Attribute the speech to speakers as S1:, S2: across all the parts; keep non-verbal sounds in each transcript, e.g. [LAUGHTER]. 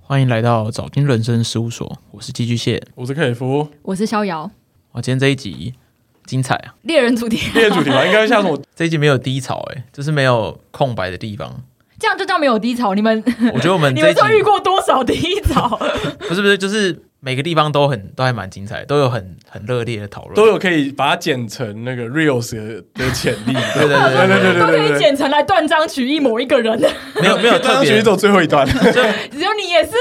S1: 欢迎来到早金人生事务所，我是寄居蟹。
S2: 我是克里夫。
S3: 我是逍遥，
S1: 哇，今天这一集精彩啊！
S3: 猎人主题，
S2: 今天主题吧，应该像什么？
S1: 这一集没有低潮、欸，哎，就是没有空白的地方。
S3: [LAUGHS] 这样就叫没有低潮。你们
S1: 我觉得我们
S3: 你
S1: 这一
S3: 们
S1: 集
S3: 都遇过多少低潮？
S1: 不是不是，就是每个地方都很都还蛮精彩，都有很很热烈的讨论。
S2: 都有可以把它剪成那个 reels 的的潜力。
S1: [LAUGHS] 对对对对
S2: 对
S3: 都可
S2: 对
S3: 以
S2: 对对，
S3: 剪成来断章取义某一个人，
S1: 没有没有特
S2: 当
S1: 别
S2: 学，走最后一段，
S3: 只有你也是。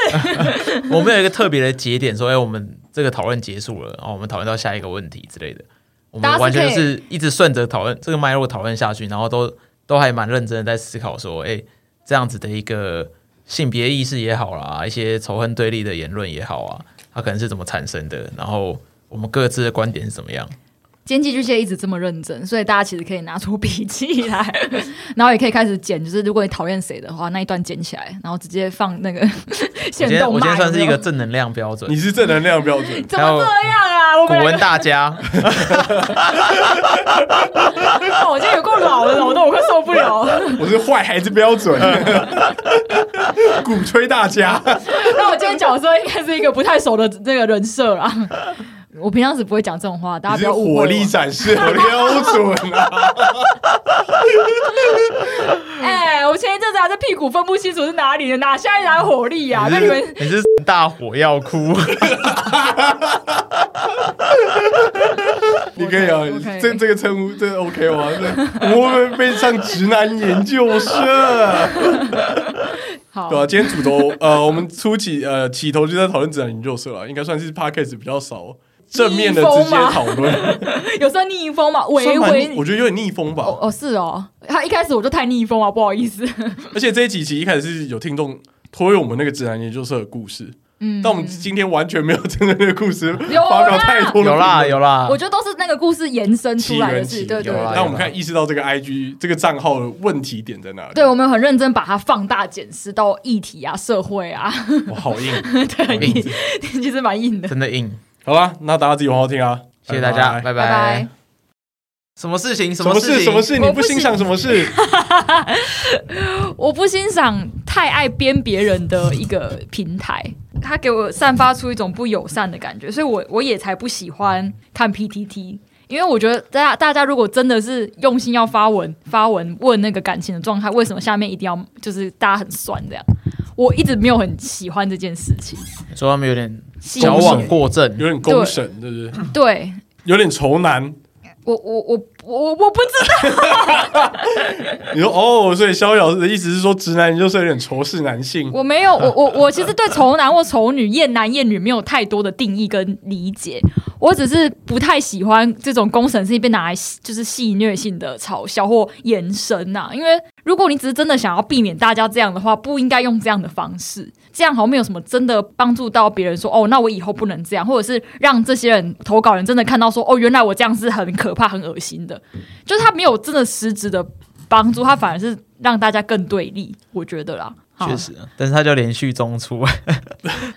S1: [LAUGHS] 我们有一个特别的节点，说哎、我们这个讨论结束了，然后我们讨论到下一个问题之类的。我
S3: 大家
S1: 们
S3: 是
S1: 完全就
S3: 可
S1: 是一直顺着讨论这个脉络讨论下去，然后都都还蛮认真的在思考说，哎、这样子的一个性别意识也好啦，一些仇恨对立的言论也好啊，它可能是怎么产生的，然后我们各自的观点是怎么样。
S3: 今天寄居蟹一直这么认真，所以大家其实可以拿出笔记来，然后也可以开始剪。就是如果你讨厌谁的话，那一段剪起来，然后直接放那个 [LAUGHS]
S1: 我
S3: 现
S1: 今天
S3: 动
S1: 我
S3: 骂
S1: 今天算是一个
S3: 有没有
S1: 正能量标准
S2: 你，是正能量标
S3: [LAUGHS]
S2: 准。
S3: 怎么这样啊？我
S1: 古
S3: 们
S1: 文
S3: 两个
S1: 大
S3: [LAUGHS]
S1: 家，
S3: 我今天有够老的，我都我快受不了了。
S2: 我是坏孩子标准， [LAUGHS] 鼓吹大家。
S3: 那我今天角色应该是一个不太熟的这个人设啊。我平常是不会讲这种话，大
S2: 你
S3: 家
S2: 是
S3: 不要误会我
S2: 火力展
S3: [LAUGHS]
S2: 示的标准啊！
S3: [LAUGHS] 哎、我前一阵子还在屁股分不清楚是哪里的，哪下一哪火力呀、啊？
S1: 你
S3: 那你们
S1: 是你是大火要哭，
S3: [LAUGHS]
S2: 你可以啊
S3: OK，OK，
S2: 这这个称呼这 OK 吗？这我会不会被上直男研究社？
S3: 好
S2: 对啊，今天主轴呃，我们初期呃起头就在讨论直男研究社了，应该算是 podcast 比较少正面的直
S3: 逆风
S2: 接
S3: 吗
S2: 讨论，
S3: 有时候逆风嘛，
S2: [LAUGHS] 算
S3: 微
S2: 蛮逆
S3: 微
S2: 我。觉得有点逆风
S3: 哦
S2: 吧。
S3: 哦是哦，他一开始我就太逆风啊了，不好
S2: [LAUGHS]
S3: 意思。
S2: 而且这一集其实一开始是有听众推我们那个直男研究社的故事，
S3: 嗯，
S2: 但我们今天完全没有针对那个故事
S3: 有啦
S2: 发表太多的
S1: 有啦有啦
S3: 我，觉得都是那个故事延伸
S2: 起
S3: 出来
S2: 源
S3: 的
S2: 起啊
S3: 事，
S2: 源
S3: 对对
S1: 有啦
S3: 对。
S2: 但我们看意识到这个 IG 这个账号的问题点在哪里？
S3: 对，我们很认真把它放大检视到议题啊、社会啊， [LAUGHS]
S2: 我好硬。
S3: 对，很硬， [LAUGHS] 其实蛮硬的。
S1: 真的硬，
S2: 好啦，那大家自己往后听啊，
S1: 谢谢大家，
S2: 拜
S1: 拜
S3: 拜
S1: 拜
S3: 拜。。
S1: 什么事情？
S2: 什么事？
S1: 情？
S2: 什么事？你
S3: 我
S2: 不
S3: 不
S2: 欣
S3: 欣
S2: 赏什么事？
S3: [LAUGHS] 我不欣赏太爱编别人的一个平台，它给我散发出一种不友善的感觉，所以我我也才不喜欢看 PTT。因为我觉得大家大家如果真的是用心要发文发文问那个感情的状态，为什么下面一定要就是大家很酸这样？我一直没有很喜欢这件事情。
S1: 说他们有点
S3: 喜
S1: 矫枉过正，
S2: 有点公审，对不对？
S3: 对
S2: 有点仇男。
S3: 我我我我我不知道，
S2: 你
S3: [LAUGHS]
S2: 说哦，所以逍遥的意思是说，直男就是有点仇视男性。
S3: 我没有我我我其实对丑男或丑女、厌男厌女没有太多的定义跟理解。我只是不太喜欢这种公审是被拿来戏就是戏虐性的嘲笑或延伸呐、因为如果你只是真的想要避免大家这样的话，不应该用这样的方式，这样好像没有什么真的帮助到别人说哦，那我以后不能这样，或者是让这些人投稿人真的看到说哦，原来我这样是很可怕、很恶心的，就是他没有真的实质的帮助，他反而是让大家更对立，我觉得啦。好
S1: 确，实，但是他叫连续中出，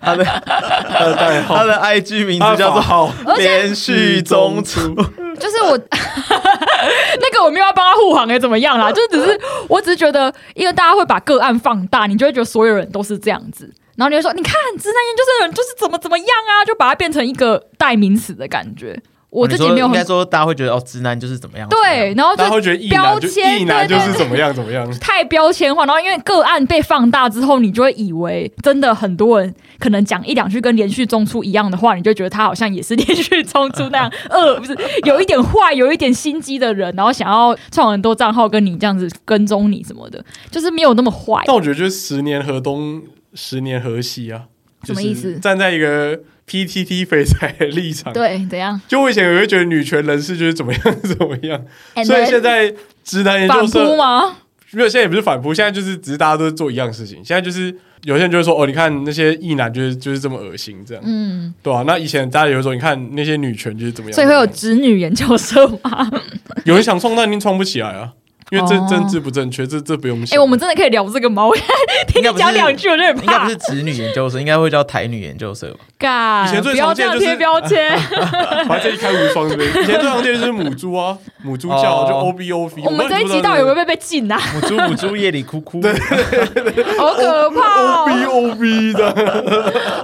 S1: 他的
S2: 他的代号
S1: 他，的 IG 名字叫
S2: 做
S1: 做
S2: 好
S1: 连续中出，
S2: 出。
S3: 就是我 [LAUGHS] 那个我没有要帮他护航哎、怎么样啦？就只是我只是觉得，因为大家会把个案放大，你就会觉得所有人都是这样子，然后你就说，你看直男研究生人就是怎么怎么样啊，就把它变成一个代名词的感觉。我自己
S1: 哦
S3: 没有
S1: 你说应
S3: 很
S1: 该说大家会觉得哦，直男就是怎么样？怎么
S3: 对，
S1: 样，
S3: 然后
S2: 大家会
S3: 就
S2: 觉得异男就
S3: 标签
S2: 异男就
S3: 对对
S2: 是怎么样怎么样。
S3: 太标签化，然后因为个案被放大之后，你就会以为真的很多人可能讲一两句跟连续中出一样的话，你就觉得他好像也是连续中出那样呃恶，不是有一点坏，有一点心机的人，然后想要创很多账号跟你这样子跟踪你什么的，就是没有那么坏。
S2: 但我觉得就是十年河东，十年河西啊，
S3: 什么意思
S2: 就是站在一个 PTT 肥仔的立场，，
S3: 对，怎样？
S2: 就我以前也会觉得女权人士就是怎么样怎么样，所以
S3: And then-
S2: 现在直男研究
S3: 反
S2: 社
S3: 扑吗？
S2: 没有，现在也不是反扑，现在就是只是大家都是做一样事情。现在就是有些人就会说，哦，你看那些异男就是就是这么恶心，这样，
S3: 嗯，
S2: 对啊，那以前大家也会说，你看那些女权就是怎么样，
S3: 所以会有
S2: 怎么
S3: [LAUGHS] 直女研究社吗？
S2: 样有人想创，但一定创不起来啊。因为这
S3: 哦
S2: 政治不正确，这这不用
S3: 哎、
S2: 想。
S3: 我们真的可以聊这个吗？我 [LAUGHS] 听你讲两句我就很
S1: 应该
S3: 怕
S1: 不。是直女研究生，应该会叫台女研究社吧？
S3: 干
S2: 以前最
S3: 不要
S2: 常
S3: 这
S2: 见
S3: 样
S2: 就是
S3: 贴标签。
S2: 把这一开无双，对不对？以前最常见就是母猪啊，母猪叫
S1: 哦
S2: 就 O B O V。
S3: 我们这一集 [LAUGHS] 到底有没有被禁啊？
S1: 母猪母猪夜里哭哭，对，
S3: [LAUGHS] 好可怕
S2: O B
S3: 哦
S2: O V 的？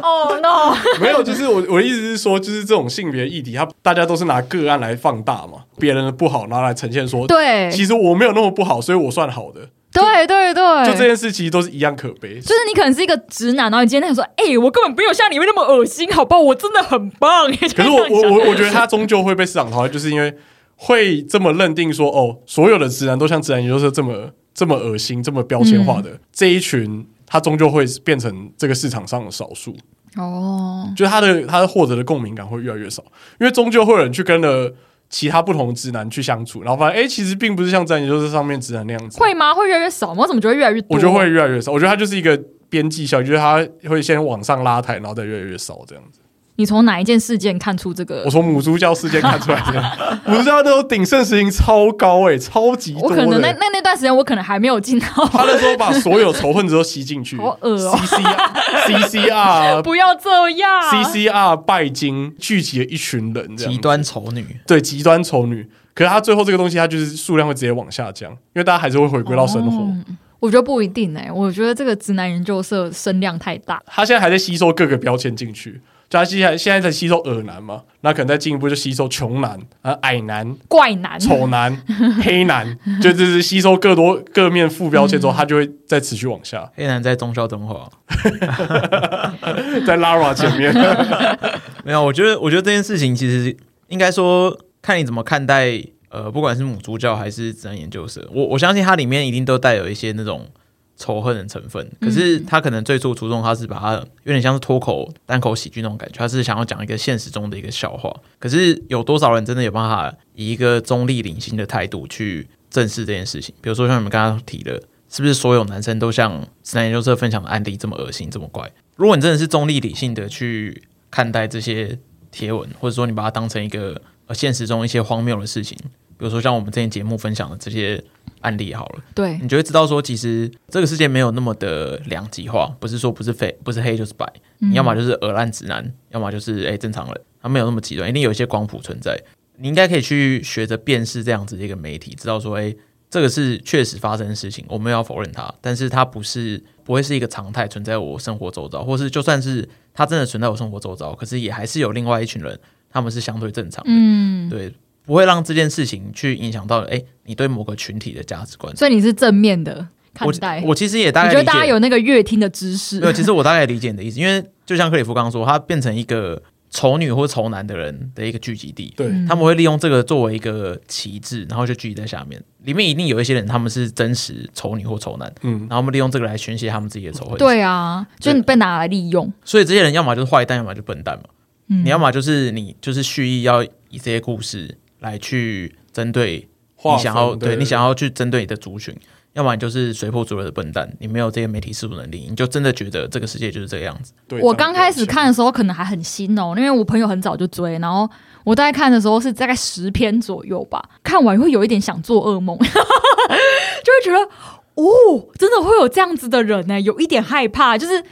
S3: ！Oh no！
S2: 没有，就是我我的意思是说，就是这种性别议题，它大家都是拿个案来放大嘛，别人的不好拿来呈现说，
S3: 对
S2: 其实我没有那么不好，所以我算好的。
S3: 对对对，
S2: 就这件事其实都是一样可悲。
S3: 哎就是你可能是一个直男，然后你今天想说，哎、我根本没有像你们那么恶心，好不好？我真的很棒。可
S2: 可是我我我我觉得他终究会被市场淘汰，就是因为会这么认定说，哦，所有的直男都像直男研究社这么这么恶心、这么标签化的、
S3: 嗯
S2: 这一群，他终究会变成这个市场上的少数。
S3: 哦，
S2: 就是他的他获得的共鸣感会越来越少，因为终究会有人去跟了其他不同的直男去相处，然后发现哎、诶其实并不是像在你就是上面直男那样子，
S3: 会吗？会越来越少吗？我怎么觉得越来越多？
S2: 我觉得会越来越少。我觉得他就是一个边际效应，就是他会先往上拉抬，然后再越来越少这样子。
S3: 你从哪一件事件看出这个
S2: 我？从母猪教事件看出来
S3: [LAUGHS]
S2: 的，母猪教那种鼎盛时期超高哎、诶超级多
S3: 我可能那
S2: 的。
S3: 那那段时间，我可能还没有进 [LAUGHS] 到，
S2: 他那时候把所有仇恨值都吸进去，
S3: [LAUGHS] 好恶哦
S2: c c r
S3: 不要这样。
S2: CCR 拜金聚集了一群人，这样
S1: [LAUGHS] 极
S2: 子
S1: 端丑女，
S2: 对极端丑女，可是她最后这个东西，它就是数量会直接往下降，因为大家还是会回归到生活。
S3: 哦我觉得不一定哎、我觉得这个直男研究社声量太大。
S2: 她现在还在吸收各个标签进去，就她现在现在在吸收恶男嘛，那可能再进一步就吸收穷男、啊矮男、
S3: 怪男，
S2: 丑
S3: [LAUGHS]
S2: 男、黑男，就就是吸收各多各面副标签之后，她就会再持续往下，
S1: 黑男在中校中华。
S2: 在 Lara 前面。
S3: [LAUGHS]
S1: [LAUGHS] 没有，我觉得，我觉得这件事情其实应该说，看你怎么看待，呃，不管是母猪教还是自然研究社，我我相信它里面一定都带有一些那种仇恨的成分。可是他可能最初初衷，他是把它有点像是脱口单口喜剧那种感觉，他是想要讲一个现实中的一个笑话。可是有多少人真的有办法以一个中立领先的态度去正视这件事情？比如说像你们刚刚提的，是不是所有男生都像直男研究社分享的案例这么恶心、这么怪？如果你真的是中立理性的去看待这些贴文，或者说你把它当成一个呃现实中一些荒谬的事情，比如说像我们之前节目分享的这些案例好了，
S3: 对，
S1: 你就会知道说，其实这个世界没有那么的两极化，不是说不是非不是黑就是白，
S3: 嗯
S1: 你要么就是鹅烂直男，要么就是诶正常人，它没有那么极端，一定有一些光谱存在。你应该可以去学着辨识这样子的一个媒体，知道说，诶哎这个是确实发生的事情，我们要否认它，但是它不是不会是一个常态存在我生活周遭，或是就算是它真的存在我生活周遭，可是也还是有另外一群人，他们是相对正常的，
S3: 嗯，
S1: 对，不会让这件事情去影响到诶你对某个群体的价值观。
S3: 所以你是正面的看
S1: 我
S3: 待。
S1: 我其实也大
S3: 我
S1: 概
S3: 觉
S1: 理解，
S3: 得大家有那个乐听的知
S1: 没有？
S3: 识，
S1: 其实我大概理解你的意思，因为就像克里夫刚刚说，他变成一个丑女或丑男的人的一个聚集地，
S2: 对，
S3: 嗯
S1: 他们会利用这个作为一个旗帜，然后就聚集在下面。里面一定有一些人，他们是真实丑女或丑男，
S2: 嗯
S1: 然，后他们利用这个来宣泄他们自己的仇恨。，
S3: 对啊，就你被拿来利用。
S1: 所以这些人要么就是坏蛋，要么就笨蛋嘛。
S3: 嗯
S1: 你要么就是你就是蓄意要以这些故事来去针对
S2: 划
S1: 你想要
S2: 分
S1: 对你想要去针对你的族群，要不然就是随波逐流的笨蛋，你没有这些媒体识读能力，你就真的觉得这个世界就是这个样子。
S2: 对
S3: 我刚开始看的时候可能还很新哦，因为我朋友很早就追，然后我大概看的时候是大概十篇左右吧，看完会有一点想做噩梦，就 [LAUGHS] 会觉得哦，真的会有这样子的人呢、有一点害怕，就是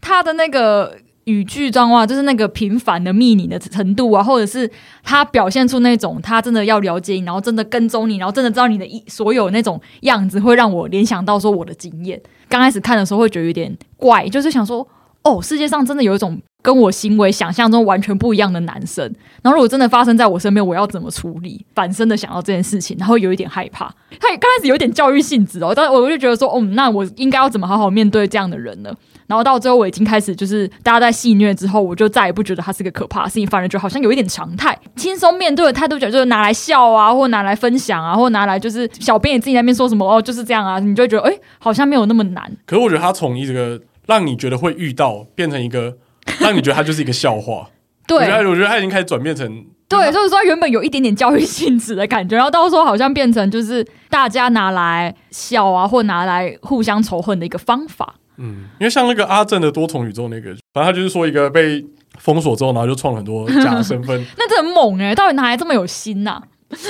S3: 他的那个。语句脏话，就是那个频繁的密你的程度啊，或者是他表现出那种他真的要了解你，然后真的跟踪你，然后真的知道你的一所有那种样子，会让我联想到说我的经验。刚开始看的时候会觉得有点怪，就是想说哦，世界上真的有一种跟我行为想象中完全不一样的男生。然后如果真的发生在我身边，我要怎么处理？反身的想到这件事情，然后有一点害怕。他刚开始有点教育性质哦，但我就觉得说，哦，那我应该要怎么好好面对这样的人呢？然后到最后，我已经开始就是大家在戏虐之后，我就再也不觉得他是个可怕的事情，反而觉得好像有一点常态，轻松面对的态度，就是拿来笑啊，或拿来分享啊，或拿来就是小编也自己在那边说什么哦，就是这样啊，你就会觉得哎、好像没有那么难。
S2: 可是我觉得他从一个让你觉得会遇到，变成一个 [LAUGHS] 让你觉得他就是一个笑话。
S3: 对，
S2: 我觉得我觉得他已经开始转变成
S3: 对，就是说原本有一点点教育性质的感觉，然后到时候好像变成就是大家拿来笑啊，或拿来互相仇恨的一个方法。
S2: 嗯，因为像那个阿正的多重宇宙那个，反正他就是说一个被封锁之后，然后就创了很多假的身份，
S3: [LAUGHS] 欸那这很猛哎、到底哪来这么有心呐、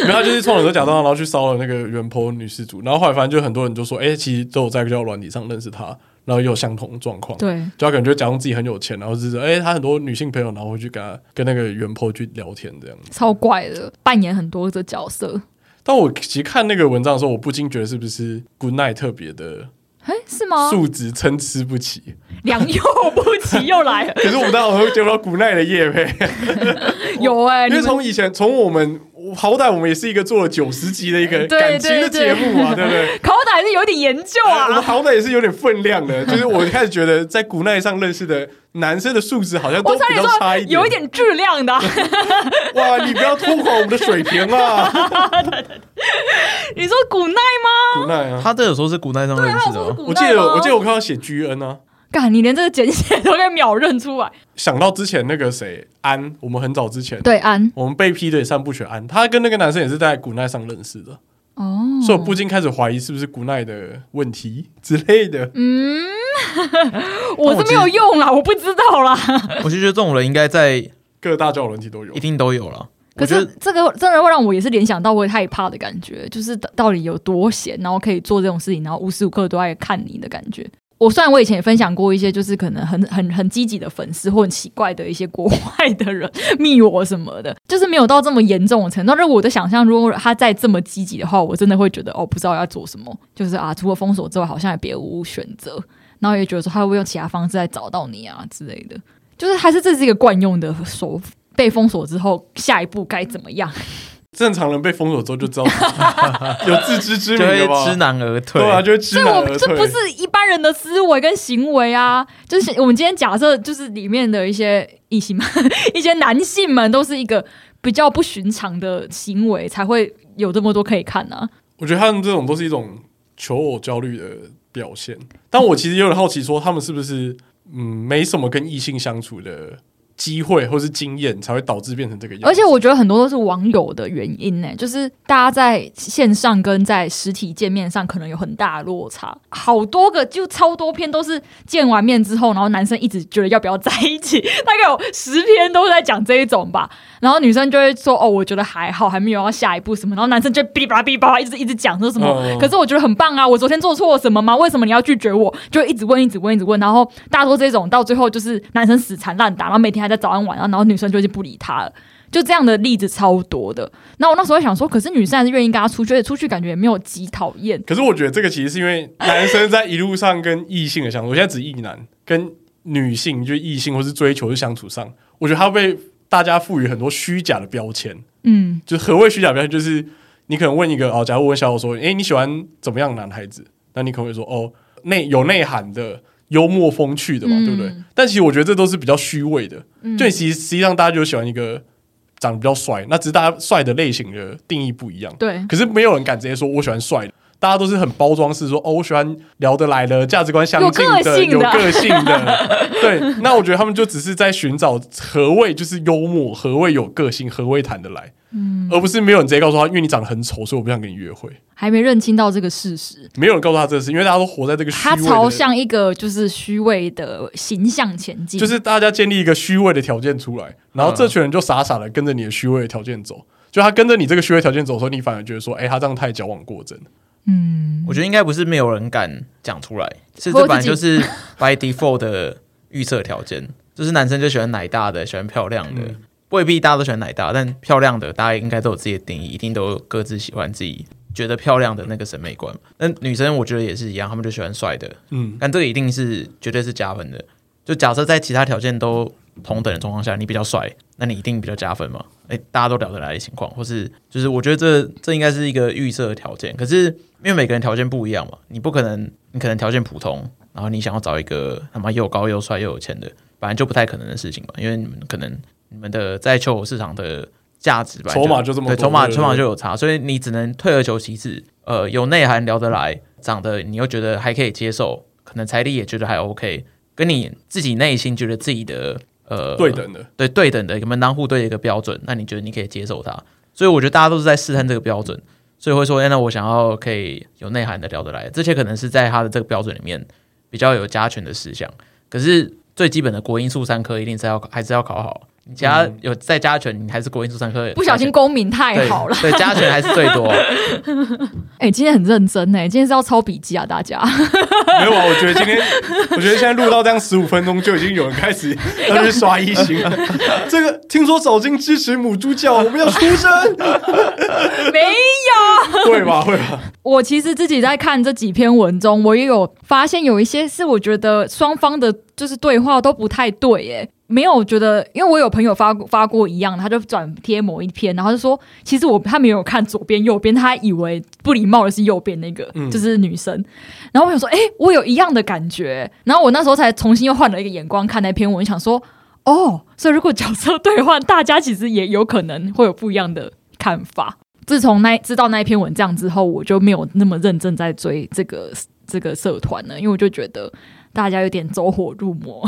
S2: 没有，他就是冲了个假账号，然后去骚扰那个原 po 女施主，然后后来反正就很多人就说，哎、其实都有在交友软体上认识他，然后也有相同状况，
S3: 对，
S2: 就他可能就假装自己很有钱，然后就是哎、诶他很多女性朋友，然后会去跟他跟那个原 po 去聊天这样。
S3: 超怪的，扮演很多的角色。
S2: 但我其实看那个文章的时候，我不禁觉得是不是 Good Night 特别的
S3: 哎，是 [LAUGHS] 吗？
S2: 素质参差不齐，
S3: 良莠不齐又来
S2: [LAUGHS]
S3: 了，
S2: 可是我们当然会接不到 Good Night 的夜配， [LAUGHS]
S3: 有哎、
S2: 因
S3: 你
S2: 为
S3: 们
S2: 从以前从我们好歹我们也是一个做了九十集的一个
S3: 对
S2: 感情的
S3: 对
S2: 节
S3: 对
S2: 目啊，对不对？
S3: [LAUGHS] 考打还是有点研究
S2: 哎我们
S3: 啊。
S2: 好歹也是有点分量的，就是我开始觉得在古奈上认识的男生的素质好像都
S3: 我差
S2: 比
S3: 点
S2: 较差
S3: 说
S2: 一点，
S3: 有一点质
S2: [LAUGHS]
S3: 量的啊、
S2: 哇！你不要拖垮我们的水平啊，
S3: [LAUGHS] 你说古奈吗？
S2: 古奈啊！
S1: 他啊这有时候是古代上认识的
S3: 说是
S1: 吗？
S3: 古
S2: 我记
S3: 奈
S2: 得
S3: 吗？
S2: 我记得我看到写 G N 啊，
S3: [LAUGHS] 干，你连这个简写都给秒认出来。
S2: 想到之前那个谁安，我们很早之前
S3: 对，安
S2: 我们被批的三部曲安，他跟那个男生也是在古奈上认识的，
S3: 哦，
S2: 所以我不禁开始怀疑是不是古奈的问题之类的。
S3: 嗯，我是没有用啦，我不知道啦。
S1: 我就觉得这种人应该在一
S2: 各大交友软体都有，
S1: 定都有了。
S3: 可
S1: 我觉
S3: 是
S1: 得
S3: 这个真的会让我也是联想到会害怕的感觉，就是到到底有多闲，然后可以做这种事情，然后无时无刻都在看你的感觉。我虽然我以前也分享过一些，就是可能很很很积极的粉丝或很奇怪的一些国 [LAUGHS] 外的人密我什么的，就是没有到这么严重的程度。但是我的想象，如果他再这么积极的话，我真的会觉得哦，不知道要做什么，就是啊，除了封锁之外，好像也别无选择。然后也觉得说他会不会用其他方式来找到你啊之类的，就是还是这是一个惯用的手法被封锁之后，下一步该怎么样？
S2: 正常人被封锁之后就知
S3: [LAUGHS]
S2: 道有自知之
S1: 就
S2: 明
S1: 会
S2: 的吧？
S1: 知难而退
S2: 对。啊，就会知
S3: 这
S2: 难
S3: 我
S2: 而
S3: 这
S2: 退
S3: 不。是一般人的思维跟行为啊！就是我们今天假设，就是里面的一些异性们、 [LAUGHS] 一些男性们，都是一个比较不寻常的行为，才会有这么多可以看啊。
S2: 我觉得他们这种都是一种求偶焦虑的表现。但我其实也有点好奇，说他们是不是嗯没什么跟异性相处的机会或是经验，才会导致变成这个样子？
S3: 而且我觉得很多都是网友的原因呢、就是大家在线上跟在实体见面上可能有很大的落差，好多个就超多篇都是见完面之后，然后男生一直觉得要不要在一起，大概有十篇都是在讲这一种吧。然后女生就会说哦，我觉得还好，还没有要下一步什么。然后男生就哔哩吧啦哔哩吧啦一直一直讲说什么，
S2: 嗯
S3: 可是我觉得很棒啊，我昨天做错了什么吗？为什么你要拒绝我？就一直问，一直问，一直问。然后大多这种到最后就是男生死缠烂打，然后每天还在早安晚安，然后女生就已经不理他了。就这样的例子超多的。那我那时候想说，可是女生还是愿意跟他出去，而且出去感觉也没有极讨厌。
S2: 可是我觉得这个其实是因为男生在一路上跟异性的相处，我现在指异男跟女性，就是异性或是追求的相处上，我觉得他被大家赋予很多虚假的标签。
S3: 嗯，
S2: 就是何谓虚假标签？就是你可能问一个哦，假如我问小友说，诶，你喜欢怎么样的男孩子？那你可能会说，哦，内有内涵的、幽默风趣的嘛，
S3: 嗯
S2: 对不对？但其实我觉得这都是比较虚伪的。就你其实实际上大家就喜欢一个长得比较帅，那只是大家帅的类型的定义不一样。
S3: 对，
S2: 可是没有人敢直接说我喜欢帅的，大家都是很包装式说哦，我喜欢聊得来的、价值观相近
S3: 有个
S2: 的、
S3: 性的
S2: 有个性的。
S3: [LAUGHS]
S2: 对，那我觉得他们就只是在寻找何谓就是幽默，何谓有个性，何谓谈得来，嗯，而不是没有人直接告诉他，因为你长得很丑，所以我不想跟你约会。
S3: 还没认清到这个事实。
S2: 没有人告诉他这个事，因为大家都活在这个虚
S3: 他
S2: 伪
S3: 朝
S2: 的，
S3: 向一个就是虚伪的形象前进，
S2: 就是大家建立一个虚伪的条件出来，然后这群人就傻傻的跟着你的虚伪的条件走。就他跟着你这个虚伪条件走的时候，你反而觉得说，哎、他这样太矫枉过正。
S3: 嗯，
S1: 我觉得应该不是没有人敢讲出来，是这
S3: 我自
S1: 本来
S3: 己
S1: 就是 by default 的预测条件， [LAUGHS] 就是男生就喜欢奶大的，喜欢漂亮
S3: 嗯
S1: 的，未必大家都喜欢奶大，但漂亮的大家应该都有自己的定义，一定都有各自喜欢自己觉得漂亮的那个审美观。那女生我觉得也是一样，她们就喜欢帅的，
S2: 嗯，
S1: 但这个一定是绝对是加分的。就假设在其他条件都同等的状况下，你比较帅，那你一定比较加分嘛？哎、大家都聊得来的情况，或是就是我觉得这这应该是一个预设的条件。可是因为每个人条件不一样嘛，你不可能，你可能条件普通，然后你想要找一个他妈又高又帅又有钱的，本来就不太可能的事情嘛，因为你们可能你们的在求偶市场的价值吧，
S2: 筹码就这么
S1: 对，
S2: 多
S1: 筹码
S2: 对
S1: 筹码
S2: 对
S1: 就有差，所以你只能退而求其次，呃，有内涵聊得来，长得你又觉得还可以接受，可能财力也觉得还 OK，跟你自己内心觉得自己的呃
S2: 对等的。
S1: 对对等的一个门当户对的一个标准，那你觉得你可以接受它？所以我觉得大家都是在试探这个标准，所以会说，哎，那我想要可以有内涵的聊得来，这些可能是在他的这个标准里面比较有加权的事项。可是最基本的国英数三科一定是要还是要考好，加有再加权，你还是国英珠三科
S3: 嗯不小心公民太好了。
S1: 对，对加权还是最多。
S3: 哎、今天很认真哎、今天是要抄笔记啊，大家
S2: [LAUGHS] 没有啊，我觉得今天，我觉得现在录到这样十五分钟，就已经有人开始 [LAUGHS] 要去刷一星
S3: [LAUGHS]
S2: 了。这个听说早进支持母猪教，我们要出声，
S3: [LAUGHS] 没
S2: [LAUGHS]
S3: 有。
S2: 会吧？会吧？
S3: 我其实自己在看这几篇文中，我也有发现有一些是我觉得双方的就是对话都不太对耶。没有觉得，因为我有朋友发发过一样的，他就转贴某一篇，然后就说，其实我他没有看左边右边，他以为不礼貌的是右边那个，
S2: 嗯
S3: 就是女生。然后我想说，哎、我有一样的感觉。然后我那时候才重新又换了一个眼光看那篇文，想说，哦，所以如果角色兑换，大家其实也有可能会有不一样的看法。自从那知道那一篇文章之后，我就没有那么认真在追这个这个社团了，因为我就觉得大家有点走火入魔。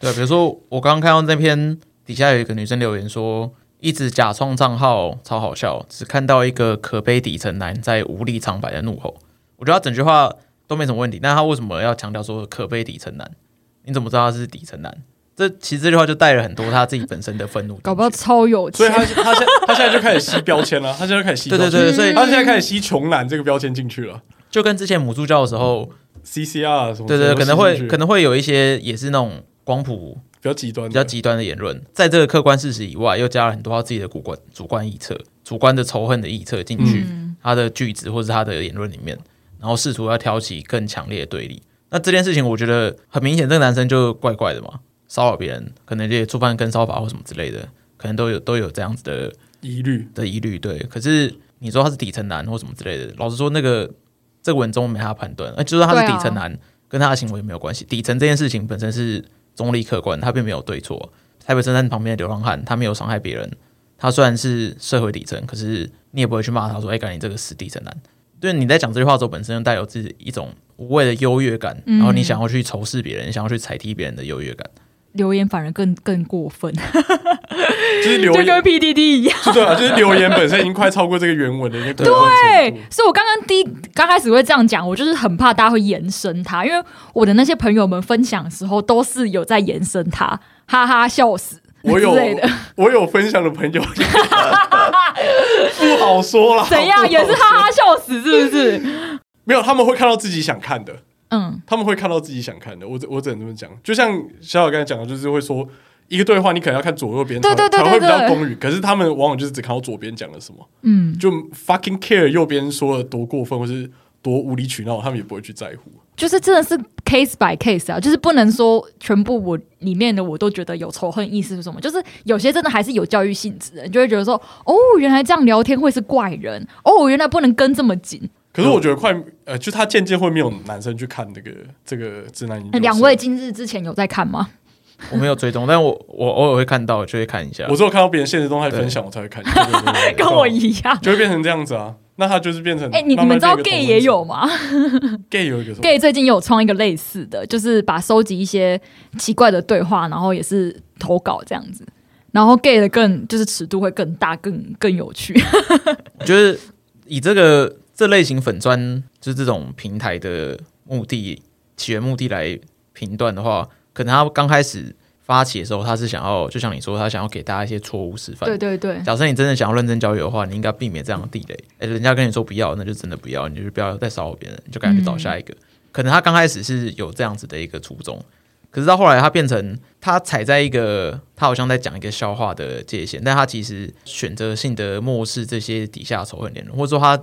S1: 对，啊比如说我刚刚看到那篇底下有一个女生留言说，一直假创账号超好笑，只看到一个可悲底层男在无力苍白的怒吼。我觉得他整句话都没什么问题，但他为什么要强调说可悲底层男？你怎么知道他是底层男？这其实这句话就带了很多他自己本身的愤怒进去，
S3: [LAUGHS] 搞不好超有
S2: 所以
S3: 钱，
S2: [LAUGHS] 他他现他现在就开始吸标签了，他现在就开始吸
S1: 对
S2: 标签嗯
S1: 对，对，所以
S2: 他现在开始吸穷男这个标签进去了
S1: 就跟之前母猪教的时候，
S2: ，CCR 什么
S1: 对对，对可能会可
S2: 能
S1: 能会有一些也是那种光谱
S2: 比较极端的，
S1: 比较极端的言论，在这个客观事实以外，又加了很多他自己的主观主观臆测、主观的仇恨的臆测进去，他的句子或者是他的言论里面，然后试图要挑起更强烈的对立。那这件事情，我觉得很明显，这个男生就怪怪的嘛，骚扰别人，可能也触犯跟骚法或什么之类的，可能都有都有这样子的
S2: 疑虑。
S1: 的疑虑。对，可是你说他是底层男或什么之类的，老实说，那个这个文中没他判断，呃，就算他是
S3: 对啊
S1: 底层男，跟他的行为没有关系。底层这件事情本身是中立客观，他并没有对错。台北车站旁边的流浪汉，他没有伤害别人，他虽然是社会底层，可是你也不会去骂他说：“哎、干你这个死底层男。”对，你在讲这句话的时候，本身就带有自己一种无谓的优越感，
S3: 嗯
S1: 然后你想要去仇视别人，想要去踩踢别人的优越感。
S3: 留言反而更更过分，
S2: [LAUGHS] 就是 [LAUGHS] 留
S3: 就
S2: 言
S3: 跟 PDD 一样。
S2: 对啊，就是留言本身已经快超过这个原文的一个对嗯
S3: 对，所以我刚刚第一刚开始会这样讲，我就是很怕大家会延伸它，因为我的那些朋友们分享的时候都是有在延伸它，哈哈笑死
S2: 我有
S3: 之类的，
S2: 我有分享的朋
S3: [LAUGHS]
S2: 友，不好说了，
S3: 怎
S2: 不
S3: 样
S2: 好
S3: 也是哈哈笑死，是
S2: [LAUGHS]
S3: 不是？
S2: 没有，他们会看到自己想看的，
S3: 嗯，
S2: 他们会看到自己想看的。我只我只能这么讲，就像小小刚才讲的，就是会说一个对话，你可能要看左右边，
S3: 对对对
S2: 才会比
S3: 对
S2: 较
S3: 对
S2: 公允。可是他们往往就是只看到左边讲了什么，
S3: 嗯，
S2: 就 fucking care 右边说的多过分，或是多无理取闹，他们也不会去在乎。
S3: 就是真的是 case by case 啊，就是不能说全部我里面的我都觉得有仇恨意识是什么，就是有些真的还是有教育性质的，你就会觉得说，哦，原来这样聊天会是怪人，哦，原来不能跟这么紧。
S2: 可是我觉得快，呃，就他渐渐会没有男生去看这个这个直男研究
S3: 哎
S2: 室
S3: 两位今日之前有在看吗？
S1: 我没有追踪，但我我偶尔会看到，就会看一下。
S2: 我只有看到别人现实动态分享，我才会看，
S3: [LAUGHS] 跟我一样。
S2: 就会变成这样子啊。那他就是变成
S3: 哎、你你
S2: 慢慢
S3: 们知道
S2: 变一个嗯同
S3: gay 也
S2: 温层
S3: 有吗
S2: gay 有一个什么
S3: ？gay 最近有创一个类似的，就是把收集一些奇怪的对话，然后也是投稿这样子。然后 gay 的更就是尺度会更大，更更有趣。
S1: 就是以这个这类型粉砖，就是这种平台的目的起源目的来评断的话，可能他刚开始发起的时候，他是想要，就像你说，他想要给大家一些错误示范。
S3: 对对对，
S1: 假设你真的想要认真交友的话，你应该避免这样的地雷。哎、人家跟你说不要，那就真的不要，你就不要再骚扰别人，你就赶紧去找下一个。可能他刚开始是有这样子的一个初衷，可是到后来他变成他踩在一个他好像在讲一个笑话的界限，但他其实选择性的漠视这些底下仇恨言论，或者说他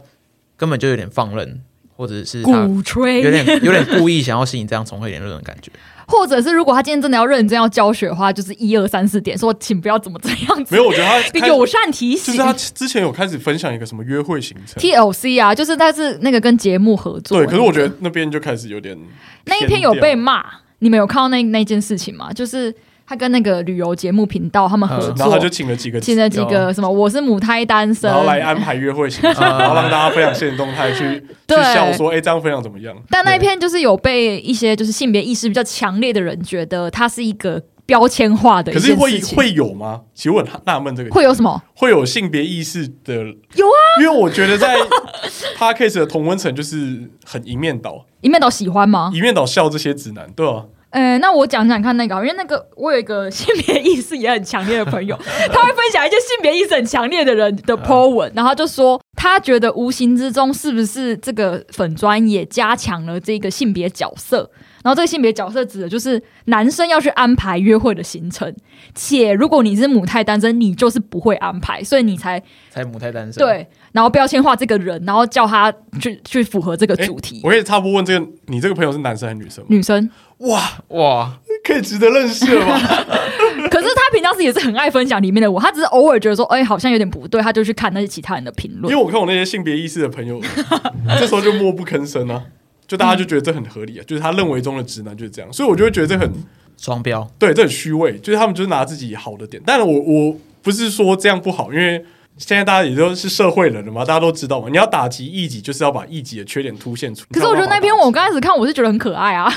S1: 根本就有点放任，或者是他
S3: 鼓
S1: 有
S3: 吹，
S1: 点有点故意想要吸引这样仇恨言论的感觉。
S3: 或者是如果他今天真的要认真要教学的话，就是一二三四点，说请不要怎么这样子，
S2: 没有？我觉得
S3: [LAUGHS]
S2: 他开
S3: 友善提
S2: 就
S3: 醒。
S2: 是他之前有开始分享一个什么约会行程，
S3: TLC 啊，就是他是那个跟节目合作的
S2: 对。可
S3: 那个，
S2: 是我觉得那边就开始有点
S3: 那一篇
S2: 偏掉
S3: 有被骂，你们有看到那那件事情吗？就是他跟那个旅游节目频道他们合
S1: 嗯
S2: 然后
S3: 作，
S2: 他就请了几个，
S3: 请了几个
S1: 有
S3: 什么我是母胎单身
S2: 然，后来安排约会行程，然后让大家分享现实动
S3: [LAUGHS]
S2: 态，去去
S3: 对
S2: 笑说，哎，这样分享怎么样？
S3: 但那一篇就是有被一些就是性别意识比较强烈的人觉得它是一个标签化的一
S2: 可是
S3: 件
S2: 会
S3: 事情，
S2: 会有吗？其实我很纳闷这个
S3: 会有什么？
S2: 会有性别意识的，
S3: 有啊，
S2: 因为我觉得在 [LAUGHS] 他 case 的同温层就是很一面倒，
S3: 一面倒喜欢吗？
S2: 一面倒笑这些直男，对吧？
S3: 呃，那我讲讲看那个好，因为那个我有一个性别意识也很强烈的朋友， [LAUGHS] 他会分享一些性别意识很强烈的人的 po 文，然后他就说他觉得无形之中是不是这个粉砖也加强了这个性别角色，然后这个性别角色指的就是男生要去安排约会的行程，且如果你是母胎单身，你就是不会安排，所以你才
S1: 才母胎单身。，
S3: 对，然后标签化这个人，然后叫他去去符合这个
S2: 诶
S3: 主题。
S2: 我可以插播问这个，你这个朋友是男生还是女生 [LAUGHS] 吗？
S3: 女生，
S2: 哇，
S1: 哇，
S2: 可以值得认识了吧？ [LAUGHS]
S3: 可是他平常时也是很爱分享里面的我，他只是偶尔觉得说，哎、好像有点不对，他就去看那些其他人的评
S2: 因
S3: 论
S2: 为。我看我那些性别意识的朋友， [LAUGHS] 这时候就默不吭声啊，就大家就觉得这很合理啊，就是他认为中的直男就是这样，所以我就会觉得这很
S1: 双标，
S2: 对，这很虚伪，就是他们就是拿自己好的点。但是我我不是说这样不好，因为现在大家也都是社会人了嘛，大家都知道嘛，你要打击异己，就是要把异己的缺点凸显出。
S3: 可是我觉得那篇我刚开始看，我是觉得很可
S2: [LAUGHS]
S3: 爱啊。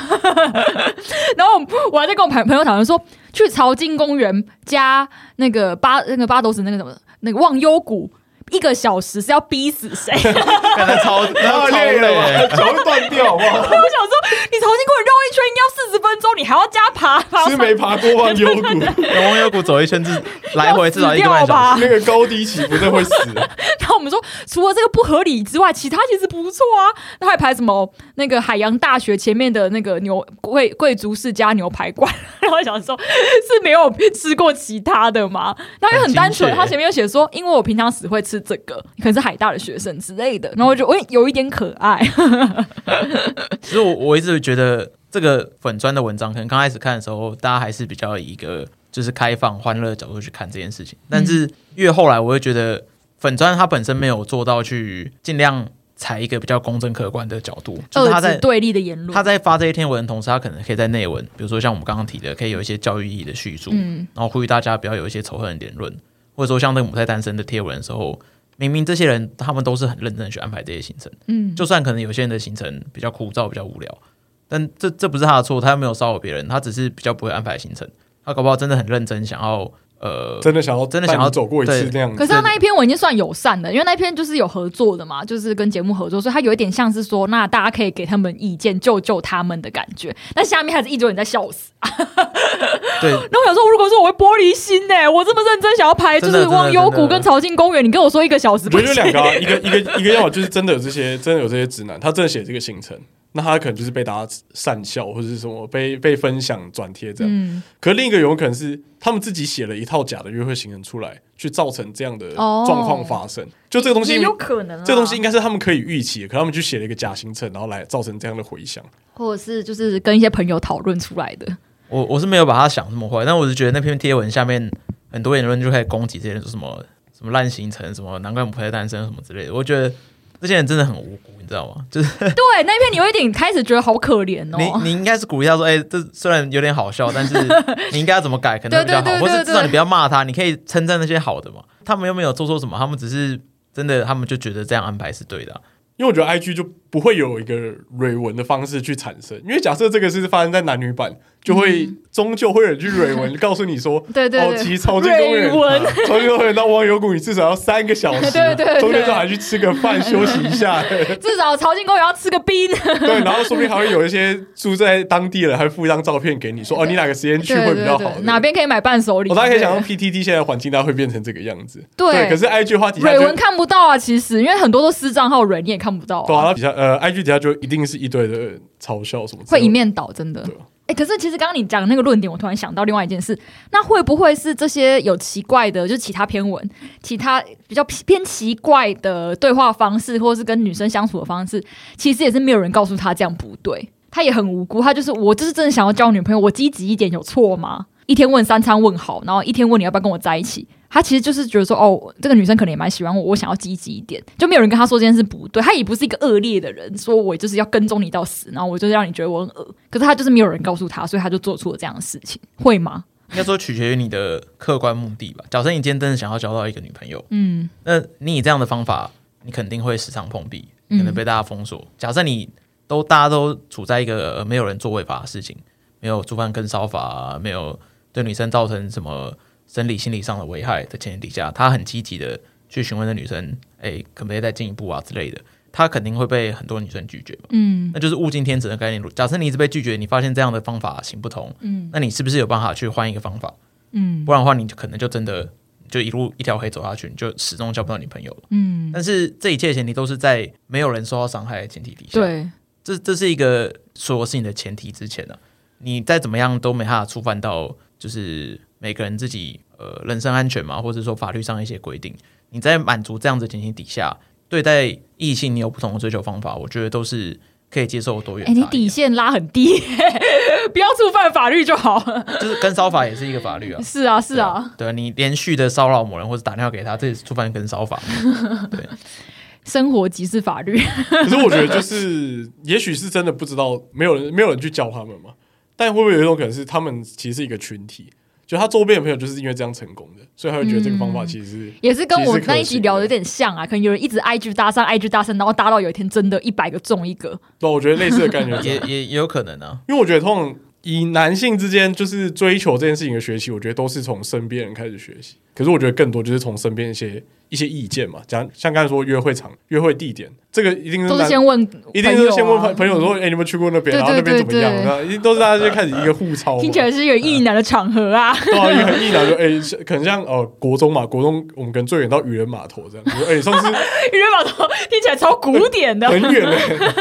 S3: 然后我还在跟我朋朋友讨论说，去朝金公园加那个八那个八斗子那个什么那个忘忧谷，一个小时是要逼死谁？ [LAUGHS]
S1: 看他超他超累欸，
S2: 脚 [LAUGHS] 会断掉好不好？
S3: 我想说，你朝金公园绕一圈应该要四十分钟，你还要加爬爬
S2: 是没爬
S3: [LAUGHS]
S2: 过忘忧谷，
S1: 有网友谷走一圈至来回至少一个
S3: 要
S1: 半小
S3: 死掉吧
S1: 时。
S2: 那个高低起伏真的会死。
S3: 然后我们说，除了这个不合理之外，其他其实不错啊。那还排什么那个海洋大学前面的那个牛贵贵族世家牛排馆， [LAUGHS] 然后想说是没有吃过其他的吗？然后又很单纯，
S1: 很精确
S3: 他前面又写说，因为我平常只会吃这个，可能是海大的学生之类的。然后我就喂，有一点可爱，
S1: 其实我我一直觉得这个粉砖的文章，可能刚开始看的时候，大家还是比较以一个就是开放、欢乐的角度去看这件事情。但
S3: 嗯
S1: 是越后来，我会觉得粉砖它本身没有做到去尽量采一个比较公正客观的角度， [LAUGHS] 就是
S3: 二
S1: 他
S3: 字
S1: 在
S3: 对立的言
S1: 他
S3: 论。
S1: 在发这一篇文的同时，他可能可以在内文，比如说像我们刚刚提的，可以有一些教育意义的叙述，
S3: 嗯
S1: 然后呼吁大家不要有一些仇恨的言论，或者说像那个母胎单身的贴文的时候，明明这些人他们都是很认真的去安排这些行程，
S3: 嗯，
S1: 就算可能有些人的行程比较枯燥、比较无聊，但这这不是他的错，他没有骚扰别人，他只是比较不会安排行程，他搞不好真的很认真想要呃，
S2: 真的想要
S1: 真的想要
S2: 带你走过一次
S1: 对
S2: 那样子。
S3: 可是他那一篇我已经算友善的，因为那一篇就是有合作的嘛，就是跟节目合作，所以他有一点像是说，那大家可以给他们意见，救救他们的感觉。但下面还是一堆人在笑死。
S1: 对
S3: 那我想说，如果说我会玻璃心呢、我这么认真想要拍，就
S1: 真的
S3: 是忘忧谷跟朝庆公园，你跟我说一个小时
S2: 我
S3: 不
S2: 觉得就
S3: 行
S2: 两。个、啊，一个一个一个要么就是真的有这些，真的有这些直男，他真的写这个行程，那他可能就是被大家善笑或者是什么被被分享转贴这样。
S3: 嗯，
S2: 可另一个有可能是他们自己写了一套假的约会行程出来，去造成这样的
S3: 哦
S2: 状况发生。就这个东西
S3: 也，有可能啦，啊
S2: 这个东西应该是他们可以预期的，可他们去写了一个假行程，然后来造成这样的回响。
S3: 或者是就是跟一些朋友讨论出
S2: [LAUGHS]
S3: 来的。
S1: 我我是没有把他想那么坏，但我是觉得那篇贴文下面很多言论就开始攻击这些人，说什么什么烂行程，什么难怪母胎单身什么之类的。我觉得这些人真的很无辜，你知道吗？就是
S3: 对，那一篇你有一点开始觉得好可怜
S1: 你
S3: 哦。
S1: 你应该是鼓励他说，哎、这虽然有点好笑，但
S3: [LAUGHS]
S1: 是你应该要怎么改可能会比较好，
S3: 对对对
S1: 或
S3: 对
S1: 是至少
S3: 对
S1: 你不要骂他，你可以称赞那些好的嘛。他们又没有做错什么，他们只是真的，他们就觉得这样安排是对的啊、
S2: 因为我觉得 I G 就不会有一个蕊文的方式去产生，因为假设这个是发生在男女版，就会、终究会有人去蕊文告诉你说，
S3: 嗯对对
S2: 哦，
S3: 对
S2: 骑超级公园
S3: 蕊文，
S2: 超级公园到忘忧谷，你至少要三个小时，
S3: [LAUGHS] 对对对
S2: 中间就还去吃个饭休息一
S3: [LAUGHS]
S2: 下，对，
S3: 至少朝庆公园要吃个
S2: [LAUGHS]
S3: 冰，
S2: 然后说不定还会有一些住在当地的人还附一张照片给你说，哦，你哪个时间去
S3: 对
S2: 会
S3: 对
S2: 比较好，对
S3: 对，哪？边可以买伴手礼？
S2: 我大概可以想象
S3: 对
S2: P T T 现在的环境，大概会变成这个样子。
S3: 对
S2: 可是 I G 的话底下
S3: 蕊
S2: 就
S3: 文看不到啊，其实因为很多都私账号蕊，你也看不到、
S2: 对啊，
S3: 啊，
S2: 它底下呃 I G 底下就一定是一堆的嘲笑什么之类的，
S3: 会一面倒，真的
S2: 对啊。
S3: 哎、可是其实刚刚你讲的那个论点，我突然想到另外一件事，那会不会是这些有奇怪的，就其他篇文、其他比较偏奇怪的对话方式，或是跟女生相处的方式，其实也是没有人告诉他这样不对，他也很无辜，他就是我就是真的想要交女朋友，我积极一点有错吗？一天问三餐问好，然后一天问你要不要跟我在一起，他其实就是觉得说哦，这个女生可能也蛮喜欢我，我想要积极一点，就没有人跟他说这件事不对，他也不是一个恶劣的人，说我就是要跟踪你到死，然后我就是让你觉得我很恶，可是他就是没有人告诉他，所以他就做出了这样的事 [LAUGHS] 情，会吗？
S1: 应该说取决于你的客观目的吧。假设你今天真的想要交到一个女朋友，
S3: 嗯，
S1: 那你以这样的方法，你肯定会时常碰壁，可能被大家封锁。假设你都大家都处在一个、呃没有人做违法的事情，没有触犯跟骚法啊，没有对女生造成什么生理、心理上的危害的前提底下，他很积极的去询问那女生，哎、可不可以再进一步啊之类的。他肯定会被很多女生拒绝吧？
S3: 嗯
S1: 那就是物竞天择的概念。假设你一直被拒绝，你发现这样的方法行不通，
S3: 嗯
S1: 那你是不是有办法去换一个方法？
S3: 嗯
S1: 不然的话，你就可能就真的就一路一条黑走下去，你就始终交不到女朋友了。
S3: 嗯，
S1: 但是这一切前提都是在没有人受到伤害的前提底下，，
S3: 对，
S1: 这这是一个所有事情的前提之前呢、啊你再怎么样都没办法触犯到就是每个人自己呃人身安全嘛，或者说法律上一些规定。你在满足这样子的前提底下，对待异性你有不同的追求方法，我觉得都是可以接受多元差
S3: 哎、
S1: 异
S3: 你
S1: 啊。
S3: 底线拉很低， [LAUGHS] 不要触犯法律就好 [LAUGHS] 了。
S1: 就是跟骚法也是一个法律啊。
S3: 是啊，是
S1: 对
S3: 啊，，
S1: 对啊你连续的骚扰某人或者打电话给他，这也是触犯跟
S3: [LAUGHS]
S1: 骚法。
S3: 生活即是法律。
S2: 可是我觉得就是， [LAUGHS] 也许是真的不知道，没有人没有人去教他们嘛。但会不会有一种可能是，他们其实是一个群体，就他周边的朋友就是因为这样成功的，所以他会觉得这个方法其实是、
S3: 也是跟我那一集聊的有
S2: 其
S3: 点像啊，可能有人一直 IG 搭讪，IG 搭讪，然后搭到有一天真的一百个中一个，
S2: 对，我觉得类似的感觉是这
S1: 也
S2: 样，
S1: 也也有可能啊。
S2: 因为我觉得通常以男性之间就是追求这件事情的学习，我觉得都是从身边人开始学习。可是我觉得更多就是从身边一些一些意见嘛，讲像刚才说约会场、约会地点，这个一定是
S3: 都是
S2: 男
S3: 先问、
S2: 嗯一定是先问朋朋
S3: 友啊
S2: 友说，哎、你们去过那边，
S3: 对
S2: 然后那边
S3: 对
S2: 怎么样？
S3: 对
S2: 然后一定都是大家就开始一个互抄
S3: 啊，
S2: 嘛，
S3: 听起来是一个异男的场合啊。
S2: 对啊，一个很意难就哎、像可能像呃国中嘛，国中我们可能最远到渔人码头这样，我说哎、上次
S3: [LAUGHS] 渔人码头听起来超古典的，
S2: 很远嘞、